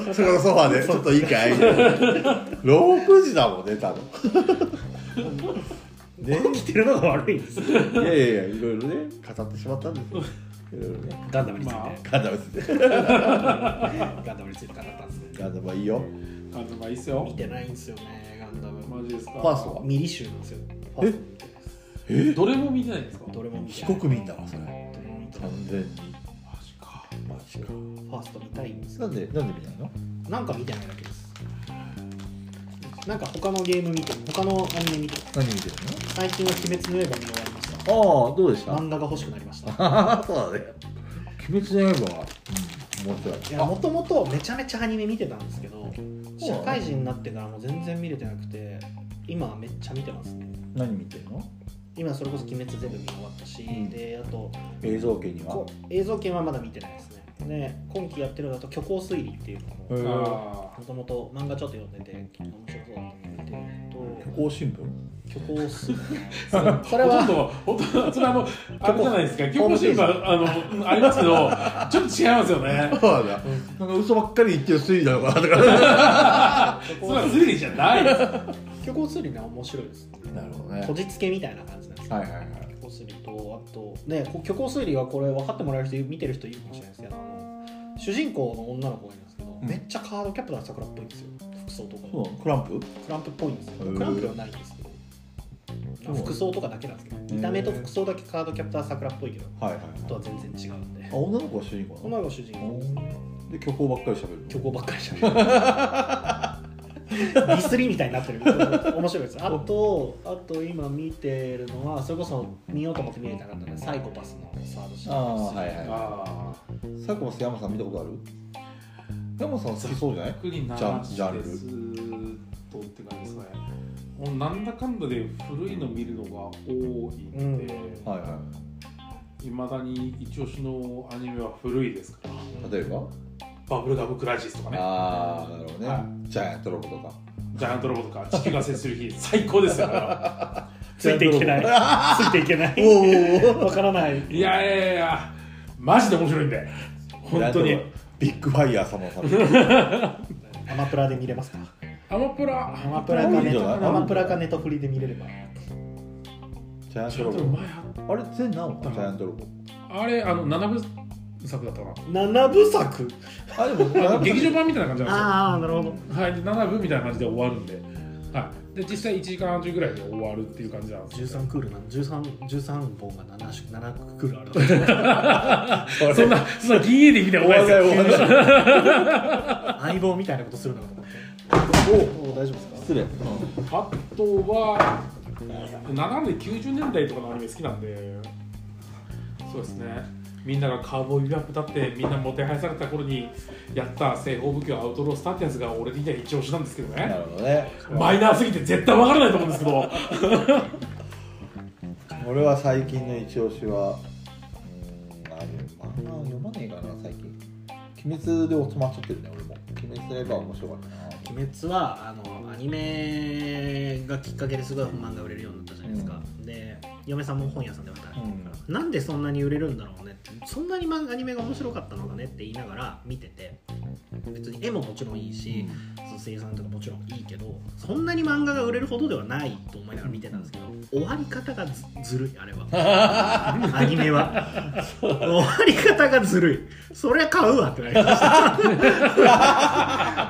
Speaker 2: そそれのソファーでちょっといいかい6時だもんね多分ね
Speaker 1: 起きてるのが悪いんですよ
Speaker 2: いやいやいやいろいろね語ってしまったんですよいろいろね
Speaker 1: ガンダムについて、
Speaker 3: まあ
Speaker 2: ガンダムですね
Speaker 1: ガンダムについて語ったんですね
Speaker 2: ガンダムはいいよ
Speaker 3: 感じはいいっすよ
Speaker 1: 見てないんですよねガンダム
Speaker 3: マジですか
Speaker 2: ファーストは
Speaker 1: ミリ集なんですよファースト見てないです
Speaker 3: どれも見てないんですか
Speaker 1: どれも見て
Speaker 2: 非
Speaker 1: ない
Speaker 2: 国民だわそれ
Speaker 1: どれも見てない
Speaker 2: 完全に
Speaker 3: マジか
Speaker 2: マジか
Speaker 1: ファースト見たいんです
Speaker 2: なんでなんで見ないの
Speaker 1: なんか見てないだけですなんか他のゲーム見て他のアニメ見て
Speaker 2: 何見てる
Speaker 1: 最近は「鬼滅の刃」見終わりました
Speaker 2: のああどうでした
Speaker 1: 漫画が欲しくなりました
Speaker 2: あそうだね鬼滅の刃は、うん、面白い
Speaker 1: いやもともとめちゃめちゃアニメ見てたんですけど社会人になってからもう全然見れてなくて今めっちゃ見てますね
Speaker 2: 何見てるの
Speaker 1: 今それこそ「鬼滅」全部見終わったし、
Speaker 2: うん
Speaker 1: であと
Speaker 2: 映像系には
Speaker 1: こう映像系はまだ見てないですねで今期やってるのだと「虚構推理」っていうのも
Speaker 2: へえ
Speaker 3: あ
Speaker 1: もともと漫画ちょっと読んでて面白そうだったんで
Speaker 2: 虚構新聞
Speaker 1: えっと虚構推理
Speaker 3: ー
Speaker 1: それは
Speaker 3: ほとんどほとんどそれあのあれじゃないですか教科新聞あのうんありますけどちょっと違いますよね
Speaker 2: そうだなんか嘘ばっかり言ってる推理なのかなとか
Speaker 3: それは推理じゃないです
Speaker 1: 虚構推理が面白いです
Speaker 2: なるほどね
Speaker 1: こじつけみたいな感じなんですよ
Speaker 2: はいはいはい
Speaker 1: 虚構推理とあとねこ虚構推理はこれ分かってもらえる人見てる人いるかもしれないですけどあの主人公の女の子がいるんですけど、
Speaker 2: うん
Speaker 1: めっちゃカードキャプターさくらっぽいんですよ服装とか
Speaker 2: そうなのクランプ
Speaker 1: クランプっぽいんですよ
Speaker 2: へー
Speaker 1: クランプではないんですけどまあ服装とかだけなんですけど見た目と服装だけカードキャプター桜っぽいけど
Speaker 2: はいはい
Speaker 1: あとは全然違うんで
Speaker 2: あ女の子が主人公
Speaker 1: 女の
Speaker 2: な
Speaker 1: 子主人
Speaker 2: の
Speaker 1: 公
Speaker 2: で虚構ばっかり喋るの
Speaker 1: 虚構ばっかりしゃべるデ ィスりみたいになってる面白いですあとあと今見てるのはそれこそ見ようと思って見れてなかったのでサイコパスのサードシー
Speaker 2: ああはい
Speaker 1: ン
Speaker 2: は
Speaker 3: ああ
Speaker 2: い佐久間さん山さん見たことある山さん好きそうじゃない
Speaker 3: 特にな
Speaker 2: ジャンジャンル
Speaker 3: ですとって感じですかねもうなんだかんだで古いの見るのが多いんで、
Speaker 1: う
Speaker 2: はいはい
Speaker 3: いまだに一押しのアニメは古いですから
Speaker 2: 例えば
Speaker 3: バブルガブクライシスとかね
Speaker 2: ああなるほどね、
Speaker 3: は
Speaker 2: ジャイアントロボとか
Speaker 3: ジャイアントロボとか地球が接する日最高ですよだか
Speaker 1: ついていけないついていけない
Speaker 2: お
Speaker 1: わからない
Speaker 3: らいやいやいやマジで面白いんで本当に
Speaker 2: ビッグファイヤー様さん
Speaker 1: アマプラで見れますか
Speaker 3: アマプラ
Speaker 1: アマプラかネ
Speaker 2: いいんじゃない
Speaker 1: トアマプラかネトフリで見れれば
Speaker 2: ジャイアン
Speaker 3: ち
Speaker 2: ト
Speaker 3: ょっと
Speaker 2: ロ
Speaker 3: 前あっ
Speaker 2: ボあれ全何話ジャイアントロボ
Speaker 3: たあれあの7部作だったか
Speaker 1: 7部作
Speaker 2: あでも
Speaker 3: なあの劇場版みたいな感じなんですよ
Speaker 1: ああなるほど
Speaker 3: はい、で7分みたいな感じで終わるんで,、はい、で実際1時間半中ぐらいで終わるっていう感じなんですよ
Speaker 1: 13クールな13 13本が 7, 7クールあ る
Speaker 3: そんなそんな DA で見たら終わりですよ
Speaker 1: 相棒みたいなことするのかと思っておお大丈夫ですか
Speaker 2: 失礼
Speaker 3: あとは7で90年代とかのアニメ好きなんでそうですねみんながカーボーイビバップだってみんなもてはやされた頃にやった西方武器アウトロースターってやつが俺的には一押しなんですけど
Speaker 2: なる
Speaker 3: ね
Speaker 2: ほどね
Speaker 3: マイナーすぎて絶対わからないと思うんですけど
Speaker 2: 俺は最近の一押しはうーんあれ漫画読まねえかな最近鬼滅で収まっちゃってるね俺も鬼滅の刃は面白かったな
Speaker 1: 鬼滅はあのアニメがきっかけですごい漫画売れるようになったじゃないですか、で嫁さんも本屋さんで働いてるから、なんでそんなに売れるんだろうねってそんなに漫画アニメが面白かったのかねって言いながら見てて別に絵ももちろんいいし、その声優さんとかもちろんいいけどそんなに漫画が売れるほどではないと思いながら見てたんですけど終わり方がずずるいあれはアニメは終わり方がずるいそりゃ買うわってなりました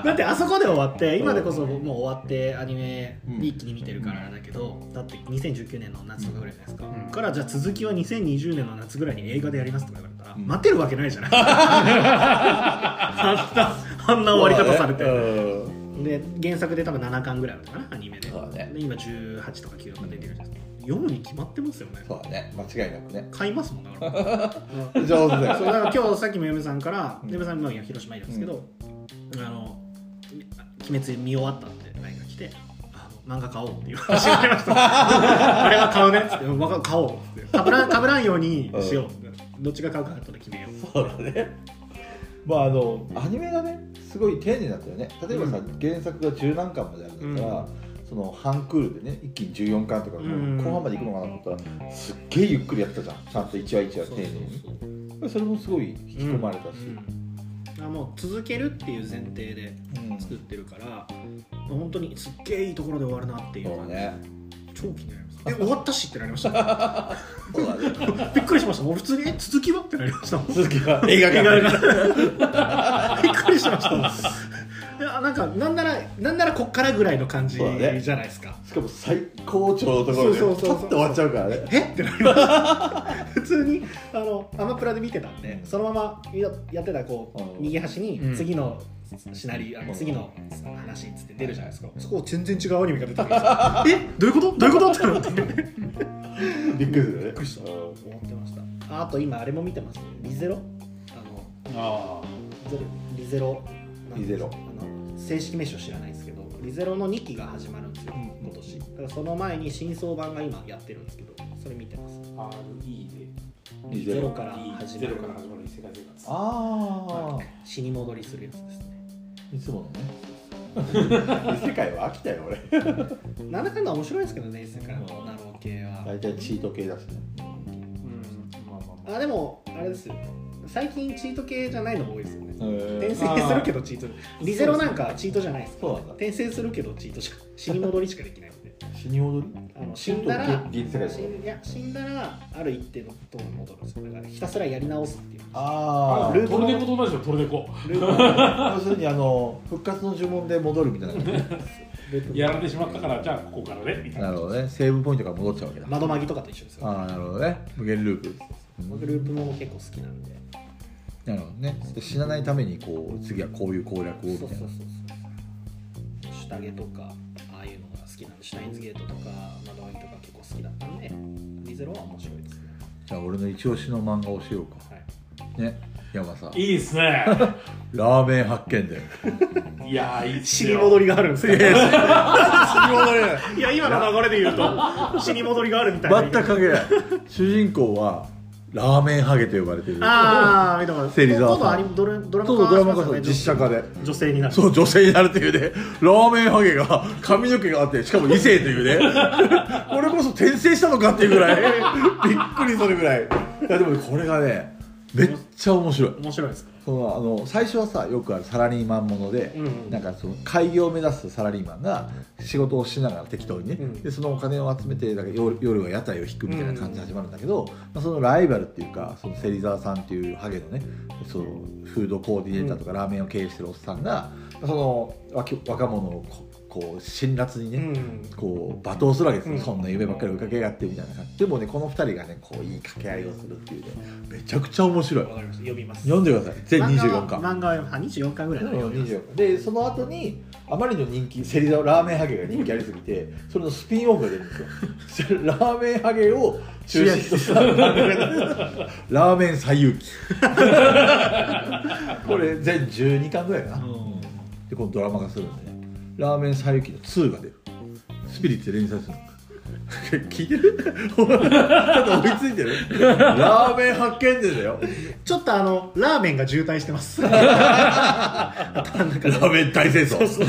Speaker 1: だってあそこで終わって今でこそもう終わってアニメ一気に見てるからあれだけど、だって2019年の夏とかぐらいじゃないですか、
Speaker 3: うん
Speaker 1: からじゃあ続きは2020年の夏ぐらいに映画でやりますとか言われたら、
Speaker 2: うん
Speaker 1: 待ってるわけないじゃないあんなあんな終わり方されて、
Speaker 2: うん
Speaker 1: で原作で多分7巻ぐらいあるのかなアニメで,、
Speaker 2: そうだね
Speaker 1: で今18とか9とか出てるじゃないですか読むに決まってますよね
Speaker 2: そうだね間違いなくね
Speaker 1: 買いますもんだか ら
Speaker 2: 上手だ
Speaker 1: そ
Speaker 2: よ
Speaker 1: う だから今日さっきも嫁さんから、
Speaker 2: うん
Speaker 1: 嫁さんも今広島いるんですけど「あの鬼滅見終わった」って LINE が来てあの「漫画買おう」っていう話がありました あれは買うねっつって「漫画買おう」っつってかぶらんかぶらんようにしようって、どっちが買うか後で決めよう
Speaker 2: そうだねまああのアニメがねすごい丁寧だったよね例えばさ、原作が十何巻まであるんだったら、その半クールでね一気に14巻とか、
Speaker 1: ん
Speaker 2: 後半までいくのかなと思ったらすっげえゆっくりやったじゃんちゃんと一話一話丁寧に
Speaker 1: そうそう
Speaker 2: それもすごい引き込まれたし、
Speaker 1: うんあもう続けるっていう前提で
Speaker 2: うん
Speaker 1: 作ってるから、本当にすっげえいいところで終わるなっていう
Speaker 2: そう
Speaker 1: 感じ、
Speaker 2: ね
Speaker 1: 超気になりますえ終わったしってなりました
Speaker 2: そうだね
Speaker 1: びっくりしました。もう普通にえ続きはってなりました。
Speaker 2: 続きは映画
Speaker 1: 映
Speaker 2: 館
Speaker 1: 画が びっくりしました。いやなんかなんならなんならこっからぐらいの感じじ
Speaker 2: そうだね
Speaker 1: ゃないですか。
Speaker 2: しかも最高潮のところでパ
Speaker 1: そう
Speaker 2: ッ
Speaker 1: そうそうそう
Speaker 2: と終わっちゃうからね
Speaker 1: えってなりました。 普通にあのアマプラで見てたんで、そのままややってたこ
Speaker 2: うん
Speaker 1: う右端
Speaker 3: う
Speaker 1: に
Speaker 3: ん
Speaker 1: 次のシナリオ、あ
Speaker 2: う
Speaker 1: の
Speaker 2: ん
Speaker 1: 次の話っつって出るじゃないですか。そこ全然違うアニメが出てくるんですよ。 えどういうことどういうことってなって。
Speaker 2: びっくりするよねびっ
Speaker 1: くりした思ってました。ああと今あれも見てます、ね。リゼロあの
Speaker 3: あ
Speaker 1: ゼロリゼロ
Speaker 2: リゼロ
Speaker 1: あの正式名称知らないですけどリゼロの2期が始まるんですよ
Speaker 2: うん
Speaker 1: 今年だからその前に新装版が今やってるんですけどそれ見てます
Speaker 3: あ RE で
Speaker 2: リ
Speaker 1: リ
Speaker 2: ゼ
Speaker 1: ゼ
Speaker 2: ロ
Speaker 1: ロから始ま
Speaker 3: ゼロ
Speaker 1: る
Speaker 3: から始まる異世界生活
Speaker 2: あ
Speaker 1: 死に戻りするやつですね
Speaker 2: あいつものね異世界は飽きたよ俺
Speaker 1: なんだかんだ面白いですけどね世界のナロー系は
Speaker 2: 大体チート系だしね
Speaker 3: うんまあまあまあ
Speaker 1: あでもあれですよ最近チート系じゃないのが多いですよね転
Speaker 2: へ
Speaker 1: 生するけどチートリゼロなんかチートじゃないですか
Speaker 2: そうなんだ
Speaker 1: 転生するけどチートしか死に戻りしかできないんで
Speaker 2: 死に踊り
Speaker 1: あの死んだら
Speaker 2: 銀世界
Speaker 1: 死んいや死んだらある一定のところに戻るんですよだからひたすらやり直すっていう
Speaker 2: ああ
Speaker 1: ルート
Speaker 3: トルネ コと同じよトルネコ
Speaker 1: ルール
Speaker 2: 要するにあの復活の呪文で戻るみたいな感じ
Speaker 1: ベトナム
Speaker 3: やられてしまったからじゃあここからねみたい
Speaker 2: な
Speaker 3: な
Speaker 2: るほどねセーブポイントが戻っちゃうわけだ
Speaker 1: 窓マギとかと一緒ですよ
Speaker 2: ああなるほどね無限ループ
Speaker 1: 僕ループも結構好きなんで
Speaker 2: なるほどねで死なないためにこう次はこういう攻略を
Speaker 1: そう
Speaker 2: み
Speaker 1: そう
Speaker 2: た
Speaker 1: そう
Speaker 2: い
Speaker 1: そ
Speaker 2: な
Speaker 1: う下着とかああいうのが好きなんでシュタインズゲートとか窓マギとか結構好きだったんでリゼロは面白いですね
Speaker 2: じゃあ俺の一押しの漫画をしようか
Speaker 1: はい
Speaker 2: ね山さん
Speaker 3: いいです ね
Speaker 2: ラーメン発見だよ
Speaker 3: いやーいいっす
Speaker 1: 死に
Speaker 3: よ
Speaker 1: 戻りがあるんですよ
Speaker 2: 全
Speaker 1: いや今の流れで言う と死に戻りがあるみたいな
Speaker 2: く関係ない主人公はラーメンハゲと呼ばれてる
Speaker 1: ああ見たこと
Speaker 2: 芹沢さん
Speaker 1: 今度アニメドラドラマ
Speaker 2: そうそうドラマ化
Speaker 1: し
Speaker 2: さ
Speaker 1: ますよね
Speaker 2: 実写化で
Speaker 1: 女性になる
Speaker 2: そう女性になるというねラーメンハゲが髪の毛があってしかも異性というねこれこそ転生したのかっていうぐらいびっくりするぐらいいやでもこれがねめっちゃ面白い
Speaker 1: 面白いですか
Speaker 2: そのあの最初はさよくあるサラリーマンもので、
Speaker 1: うんうん
Speaker 2: なんかその開業を目指すサラリーマンが仕事をしながら適当にね、
Speaker 1: うん
Speaker 2: でそのお金を集めてなんか夜夜は屋台を引くみたいな感じで始まるんだけど、まあ、そのライバルっていうかその芹沢さんっていうハゲのねそのフードコーディネーターとかラーメンを経営してるおっさんが、まあその若若者をここう辛辣にね、
Speaker 1: うん
Speaker 2: こう罵倒するわけですよ、
Speaker 1: うん
Speaker 2: そんな夢ばっかり追いかけやがってみたいな感じでもねこの2人がねこういい掛け合いをするっていうねめちゃくちゃ面白い
Speaker 1: わかりました読みます
Speaker 2: 読んでください全24
Speaker 1: 漫
Speaker 2: 巻
Speaker 1: 画は漫画はあ24巻ぐらいだ読みます
Speaker 2: 24でその後にあまりの人気セリザラーメンハゲが人気ありすぎてそれのスピンオフが出るんですよ それラーメンハゲを中心とした番組なんですラーメン最 有機これ全12巻ぐらいかな、でこのドラマ化するんでねラーメン最有機の2が出るスピリッツで連載するの 聞いてる ちょっと追いついてる ラーメン発見でだよ
Speaker 1: ちょっとあのラーメンが渋滞してます頭の中で
Speaker 2: ラーメン大戦争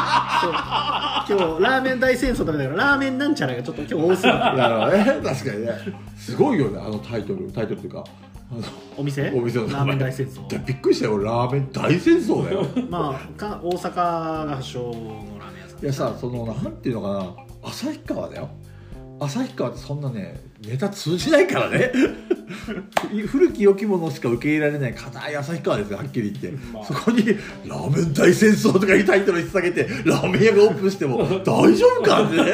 Speaker 1: 今日ラーメン大戦争食べたからラーメンなんちゃらがちょっと今日多すぎて
Speaker 2: なるほどね確かにねすごいよねあのタイトルタイトルっていうかあの
Speaker 1: お店
Speaker 2: お店の名
Speaker 1: ラー
Speaker 2: 前
Speaker 1: メン大戦
Speaker 2: いや
Speaker 1: 争
Speaker 2: びっくりしたよ俺ラーメン大戦争 だよ
Speaker 1: まあか大阪が発祥のラーメン屋さん
Speaker 2: いやさそのなんていうのかな旭川だよ旭川ってそんなねネタ通じないからね 古き良きものしか受け入れられない硬い旭川ですよはっきり言って、
Speaker 3: まあ
Speaker 2: そこに「ラーメン大戦争」とかいうタイトル引っ提げてラーメン屋がオープンして も大丈夫かってね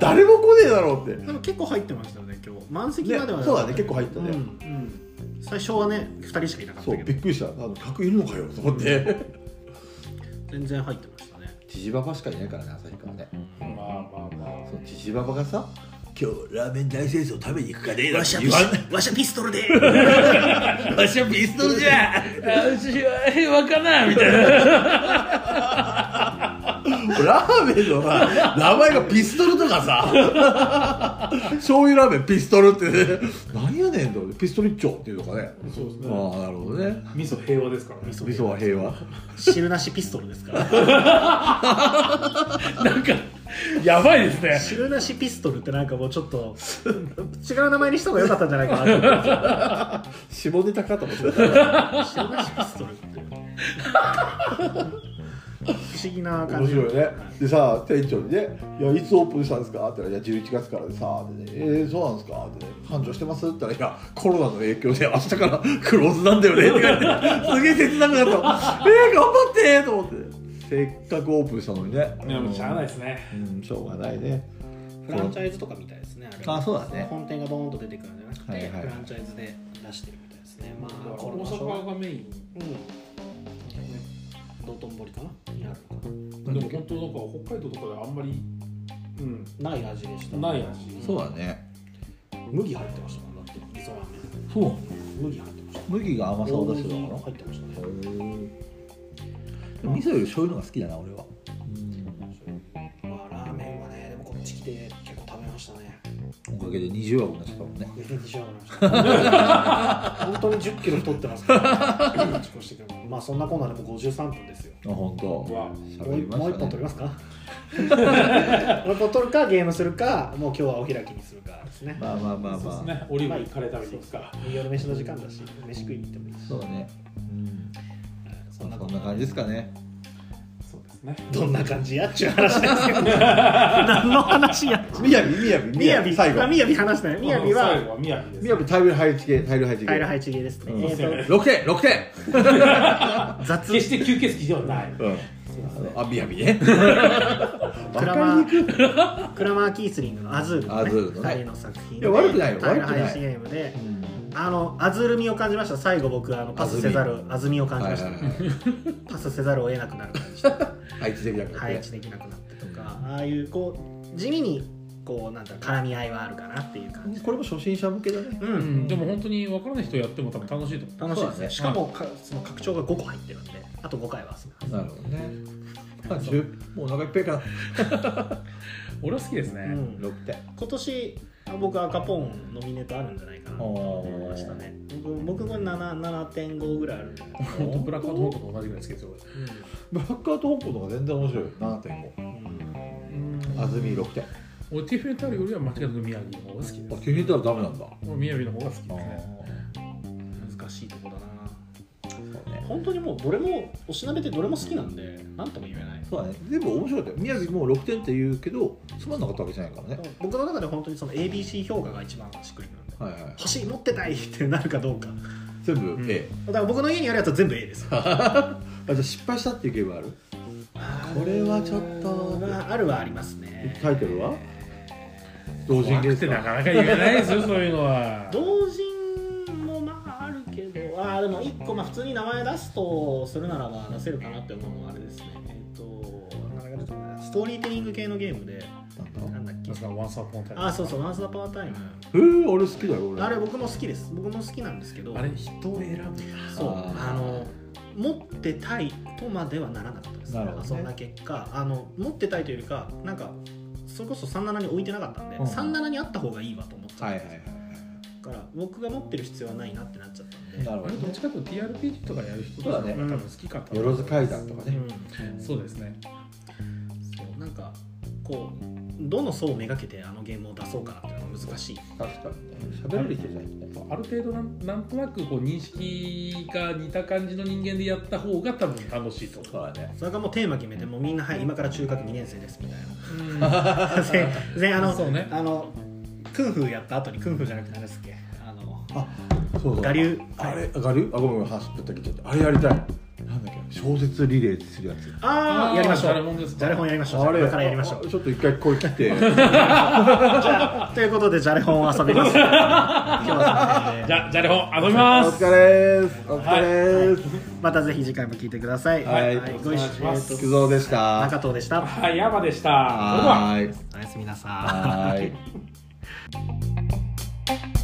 Speaker 2: 誰も来ねえだろうって
Speaker 1: でも結構入ってましたよね今日満席までは
Speaker 2: ねそうだね結構入ったね
Speaker 1: うん
Speaker 3: うん
Speaker 1: 最初はね2人しかいなかっ
Speaker 2: そう
Speaker 1: たけ
Speaker 2: びっ
Speaker 1: ど
Speaker 2: くりしたあの客いるのかよと思って
Speaker 1: 全然入ってましたね
Speaker 2: ジババしかいないからね旭川ね
Speaker 3: まあまあまあ
Speaker 2: そのジババがさ今日ラーメン大戦争食べに行くかねえだ
Speaker 1: わしゃピわしゃピストルで
Speaker 2: わしはピストルじゃ
Speaker 3: 平和かなみたいな
Speaker 2: ラーメンのさ名前がピストルとかさ 醤油ラーメンピストルってね何やねんと思ってピストル一丁っていうのかね
Speaker 3: そうです
Speaker 2: ああ
Speaker 3: ね
Speaker 2: なるほどね
Speaker 3: 味噌平和ですからね
Speaker 2: 味噌は平和
Speaker 1: 汁なしピストルですから
Speaker 3: なんかやばいですね
Speaker 1: 汁なしピストルってなんかもうちょっと違う名前にした方が良かったんじゃないかなと思って
Speaker 2: 下ネタかと思って
Speaker 1: 汁なしピストルって不思議な感
Speaker 2: 面
Speaker 1: じ
Speaker 2: 白いねでさ店長にね「いやいつオープンしたんですか?」って言ったら「いや11月からでさ」ってね「えー、そうなんですか?」ってね「繁盛してます?」って言ったら「いやコロナの影響で明日からクローズなんだよね」って言 ってすげえ切なくなった「えー、頑張って!」と思ってせっかくオープンしたのにね
Speaker 3: でもしゃあないですすね
Speaker 2: うんしょうがないね
Speaker 1: フランチャイズとかみたいですねあれは
Speaker 2: あそうだね
Speaker 1: 本店がドーンと出てくるんじゃなくて、
Speaker 2: はいはい
Speaker 1: フランチャイズで出してるみたいですねまあ
Speaker 3: 大
Speaker 1: コロナしょうが
Speaker 3: 阪がメイン
Speaker 1: うん道頓堀かなにあるのか
Speaker 3: でも本当なんか北海道とかであんまりうん
Speaker 1: なない味でした
Speaker 3: ない味
Speaker 2: そうだね
Speaker 1: 麦入ってましたもんだって味噌ラーメン
Speaker 2: そう
Speaker 1: 麦入ってました
Speaker 2: 麦が甘さを出してた
Speaker 1: 大麦
Speaker 2: か
Speaker 1: 入ってましたね
Speaker 2: ら味噌より醤油のが好きだな俺は
Speaker 1: まあラーメンはねでもこっち来て結構食べましたね
Speaker 2: おかげで20話もなっちゃったもんね
Speaker 1: 全然違うな本当に1 0キロ太ってますから、自己してくれまあそんなコーナーでも53分ですよ
Speaker 2: あ本当
Speaker 3: うわ
Speaker 1: もう一もう一本取り
Speaker 2: ま
Speaker 1: ますかもう一本取るか ゲームするかもう今日はお開きにするかですね
Speaker 2: まあまあまあ
Speaker 3: そうで
Speaker 2: ま
Speaker 3: す
Speaker 2: あ
Speaker 3: ねオリーブにカレー食べに行くから
Speaker 1: 夜飯の時間だし飯食いに行ってもいいし
Speaker 2: そうだね
Speaker 1: はいそ
Speaker 2: そ
Speaker 1: ん
Speaker 2: ん
Speaker 1: な
Speaker 2: な
Speaker 1: こ
Speaker 2: ことんな感じですかね
Speaker 3: そうですね
Speaker 1: どんな感じやっちゅう話なんですけど 何の話や
Speaker 2: みやびみやび
Speaker 1: みやび
Speaker 2: 最後
Speaker 1: あみやび話したねみやびは
Speaker 3: 最後はみやびです
Speaker 2: みやびタイル配置系タイル配置系
Speaker 1: タイル配置芸ですね、
Speaker 2: うん
Speaker 1: えーと
Speaker 2: 6点6点
Speaker 1: 雑
Speaker 3: 決して吸血鬼ではない
Speaker 2: うんアビアビね。
Speaker 1: クラマークラマーキースリングの「アズール」
Speaker 2: アズールの
Speaker 1: の
Speaker 2: ね
Speaker 1: ね二人の作品
Speaker 2: いや悪くないよ
Speaker 1: タイル
Speaker 2: 悪くない
Speaker 1: 配信ゲームであのアズール味を感じました最後僕あのパスせざるアズミを感じ
Speaker 2: はい
Speaker 1: ま
Speaker 2: はい
Speaker 1: した、
Speaker 2: はい
Speaker 1: パスせざるを得なく なる感じでした
Speaker 2: 配置的だから
Speaker 1: 配
Speaker 2: ね
Speaker 1: 置できなくなってとかああいうこう地味にこうなんだ絡み合いはあるかなっていう感じ
Speaker 2: これも初心者向けだね。
Speaker 1: う
Speaker 4: うんん、でも本当に分からない人やっても多分楽しいと思う
Speaker 1: 楽しいです
Speaker 2: そうだね
Speaker 1: ねしかもかその拡張が5個入ってるんであと5回は遊びます
Speaker 2: なるほどね。まあ十もうお腹いっぱいから
Speaker 4: 俺は好きですね、
Speaker 1: うん
Speaker 2: 六点。
Speaker 1: 今年僕赤ポンノミネートあるんじゃないかなと思いましたね僕僕が7 7.5ぐらいあるんで、
Speaker 4: 本当ブラックアウトホークと同じぐらい好きですよ俺
Speaker 2: ブラックアウト香港とか全然面白いよ。七点五。
Speaker 1: うん
Speaker 2: あずみ六点。あ
Speaker 4: 俺ティフェンタールよりは間違いなく宮城の方が好きです
Speaker 2: 聞いたらダメなんだ。
Speaker 4: 俺宮城の方が好きです
Speaker 2: あ
Speaker 4: ね
Speaker 1: 難しいとこだな
Speaker 2: ーそうね。
Speaker 1: 本当にもうどれもおしなべてどれも好きなんで何とも言えない
Speaker 2: そうだね。全部面白かったよ。宮城も六点って言うけどつまんなかったわけじゃないからね。
Speaker 1: 僕の中で本当にその ABC 評価が一番しっくりくるんで
Speaker 2: はいはい。
Speaker 1: 欲しい持ってたいってなるかどうか
Speaker 2: 全部 A。
Speaker 1: だから僕の家にあるやつは全部 A ですこ
Speaker 2: あじゃあ失敗したっていうゲームある？これはちょっと
Speaker 1: まあ、あるはありますね
Speaker 2: タイトルは？同人
Speaker 4: 怖
Speaker 2: ゲーム
Speaker 4: くてなかなか言えないですよそういうの は
Speaker 1: 同人もまああるけどあーでも1個まあ普通に名前出すとするならば出せるかなって思うのはあれですねえっとなかなか出てこないストーリーテリング系のゲームで
Speaker 2: なんだ
Speaker 1: なんだっけ
Speaker 4: なんすかワンサーポンタイム
Speaker 1: あーそうそう「ワンスアパータイム」
Speaker 2: えー、俺好きだよ俺
Speaker 1: あれ僕も好きです僕も好きなんですけど
Speaker 4: あれ人を選ぶ
Speaker 1: そう
Speaker 2: あー
Speaker 1: あの持ってたいとまではならなかったです、
Speaker 2: なるほどね
Speaker 1: 遊んだ結果あの持ってたいというよりかなんかそれこそ37に置いてなかったんで、
Speaker 2: うん
Speaker 1: 37にあった方がいいわと思っちゃ
Speaker 2: は
Speaker 1: っ
Speaker 2: い
Speaker 1: た
Speaker 2: は
Speaker 1: ん
Speaker 2: い
Speaker 1: ですよ、
Speaker 2: は
Speaker 1: だから僕が持ってる必要はないなってなっちゃったんで
Speaker 2: いなる
Speaker 4: あれどっちかというと TRPG とかやる人たちの方が多分好きかと
Speaker 2: よろず階段とかね、
Speaker 1: うん
Speaker 4: そうですね
Speaker 1: そうなんかこうどの層をめがけてあのゲームを出そうかっていうのが難しい
Speaker 2: 確かにね喋れる人じゃないとね
Speaker 4: ある程度なんなんとなくこう認識が似た感じの人間でやった方が多分楽しいと
Speaker 2: そうだね
Speaker 1: それがもうテーマ決めてもうみんな「はい今から中学2年生です」みたいな
Speaker 4: うんあ
Speaker 1: 全然あの
Speaker 4: そうね
Speaker 1: あのクンフーやった後にクンフーじゃなくて何ですっけあの
Speaker 2: そうそう
Speaker 1: 我流
Speaker 2: あれ我流あごめんごめん話ぶった切っちゃったあれやりたいなんだっけ小説リレーするやつ
Speaker 1: ああやりましょ
Speaker 4: 誰
Speaker 1: う
Speaker 4: もんです
Speaker 1: じゃれ本やりましょう
Speaker 2: あれ
Speaker 1: これからやりましょう
Speaker 2: あちょっと一回声 切って
Speaker 1: ということでじゃれ本を遊びます今日はその辺で
Speaker 4: じゃじゃれ本遊び
Speaker 2: お
Speaker 4: ます
Speaker 2: 疲れーすお疲れーす、
Speaker 1: またぜひ次回も聞いてください
Speaker 2: はい
Speaker 1: ご一緒え
Speaker 2: 菊
Speaker 1: ー
Speaker 2: 蔵でした
Speaker 1: と中藤でした
Speaker 4: はい山でしたそれでは
Speaker 2: はーい
Speaker 1: おやすみなさい
Speaker 2: はーい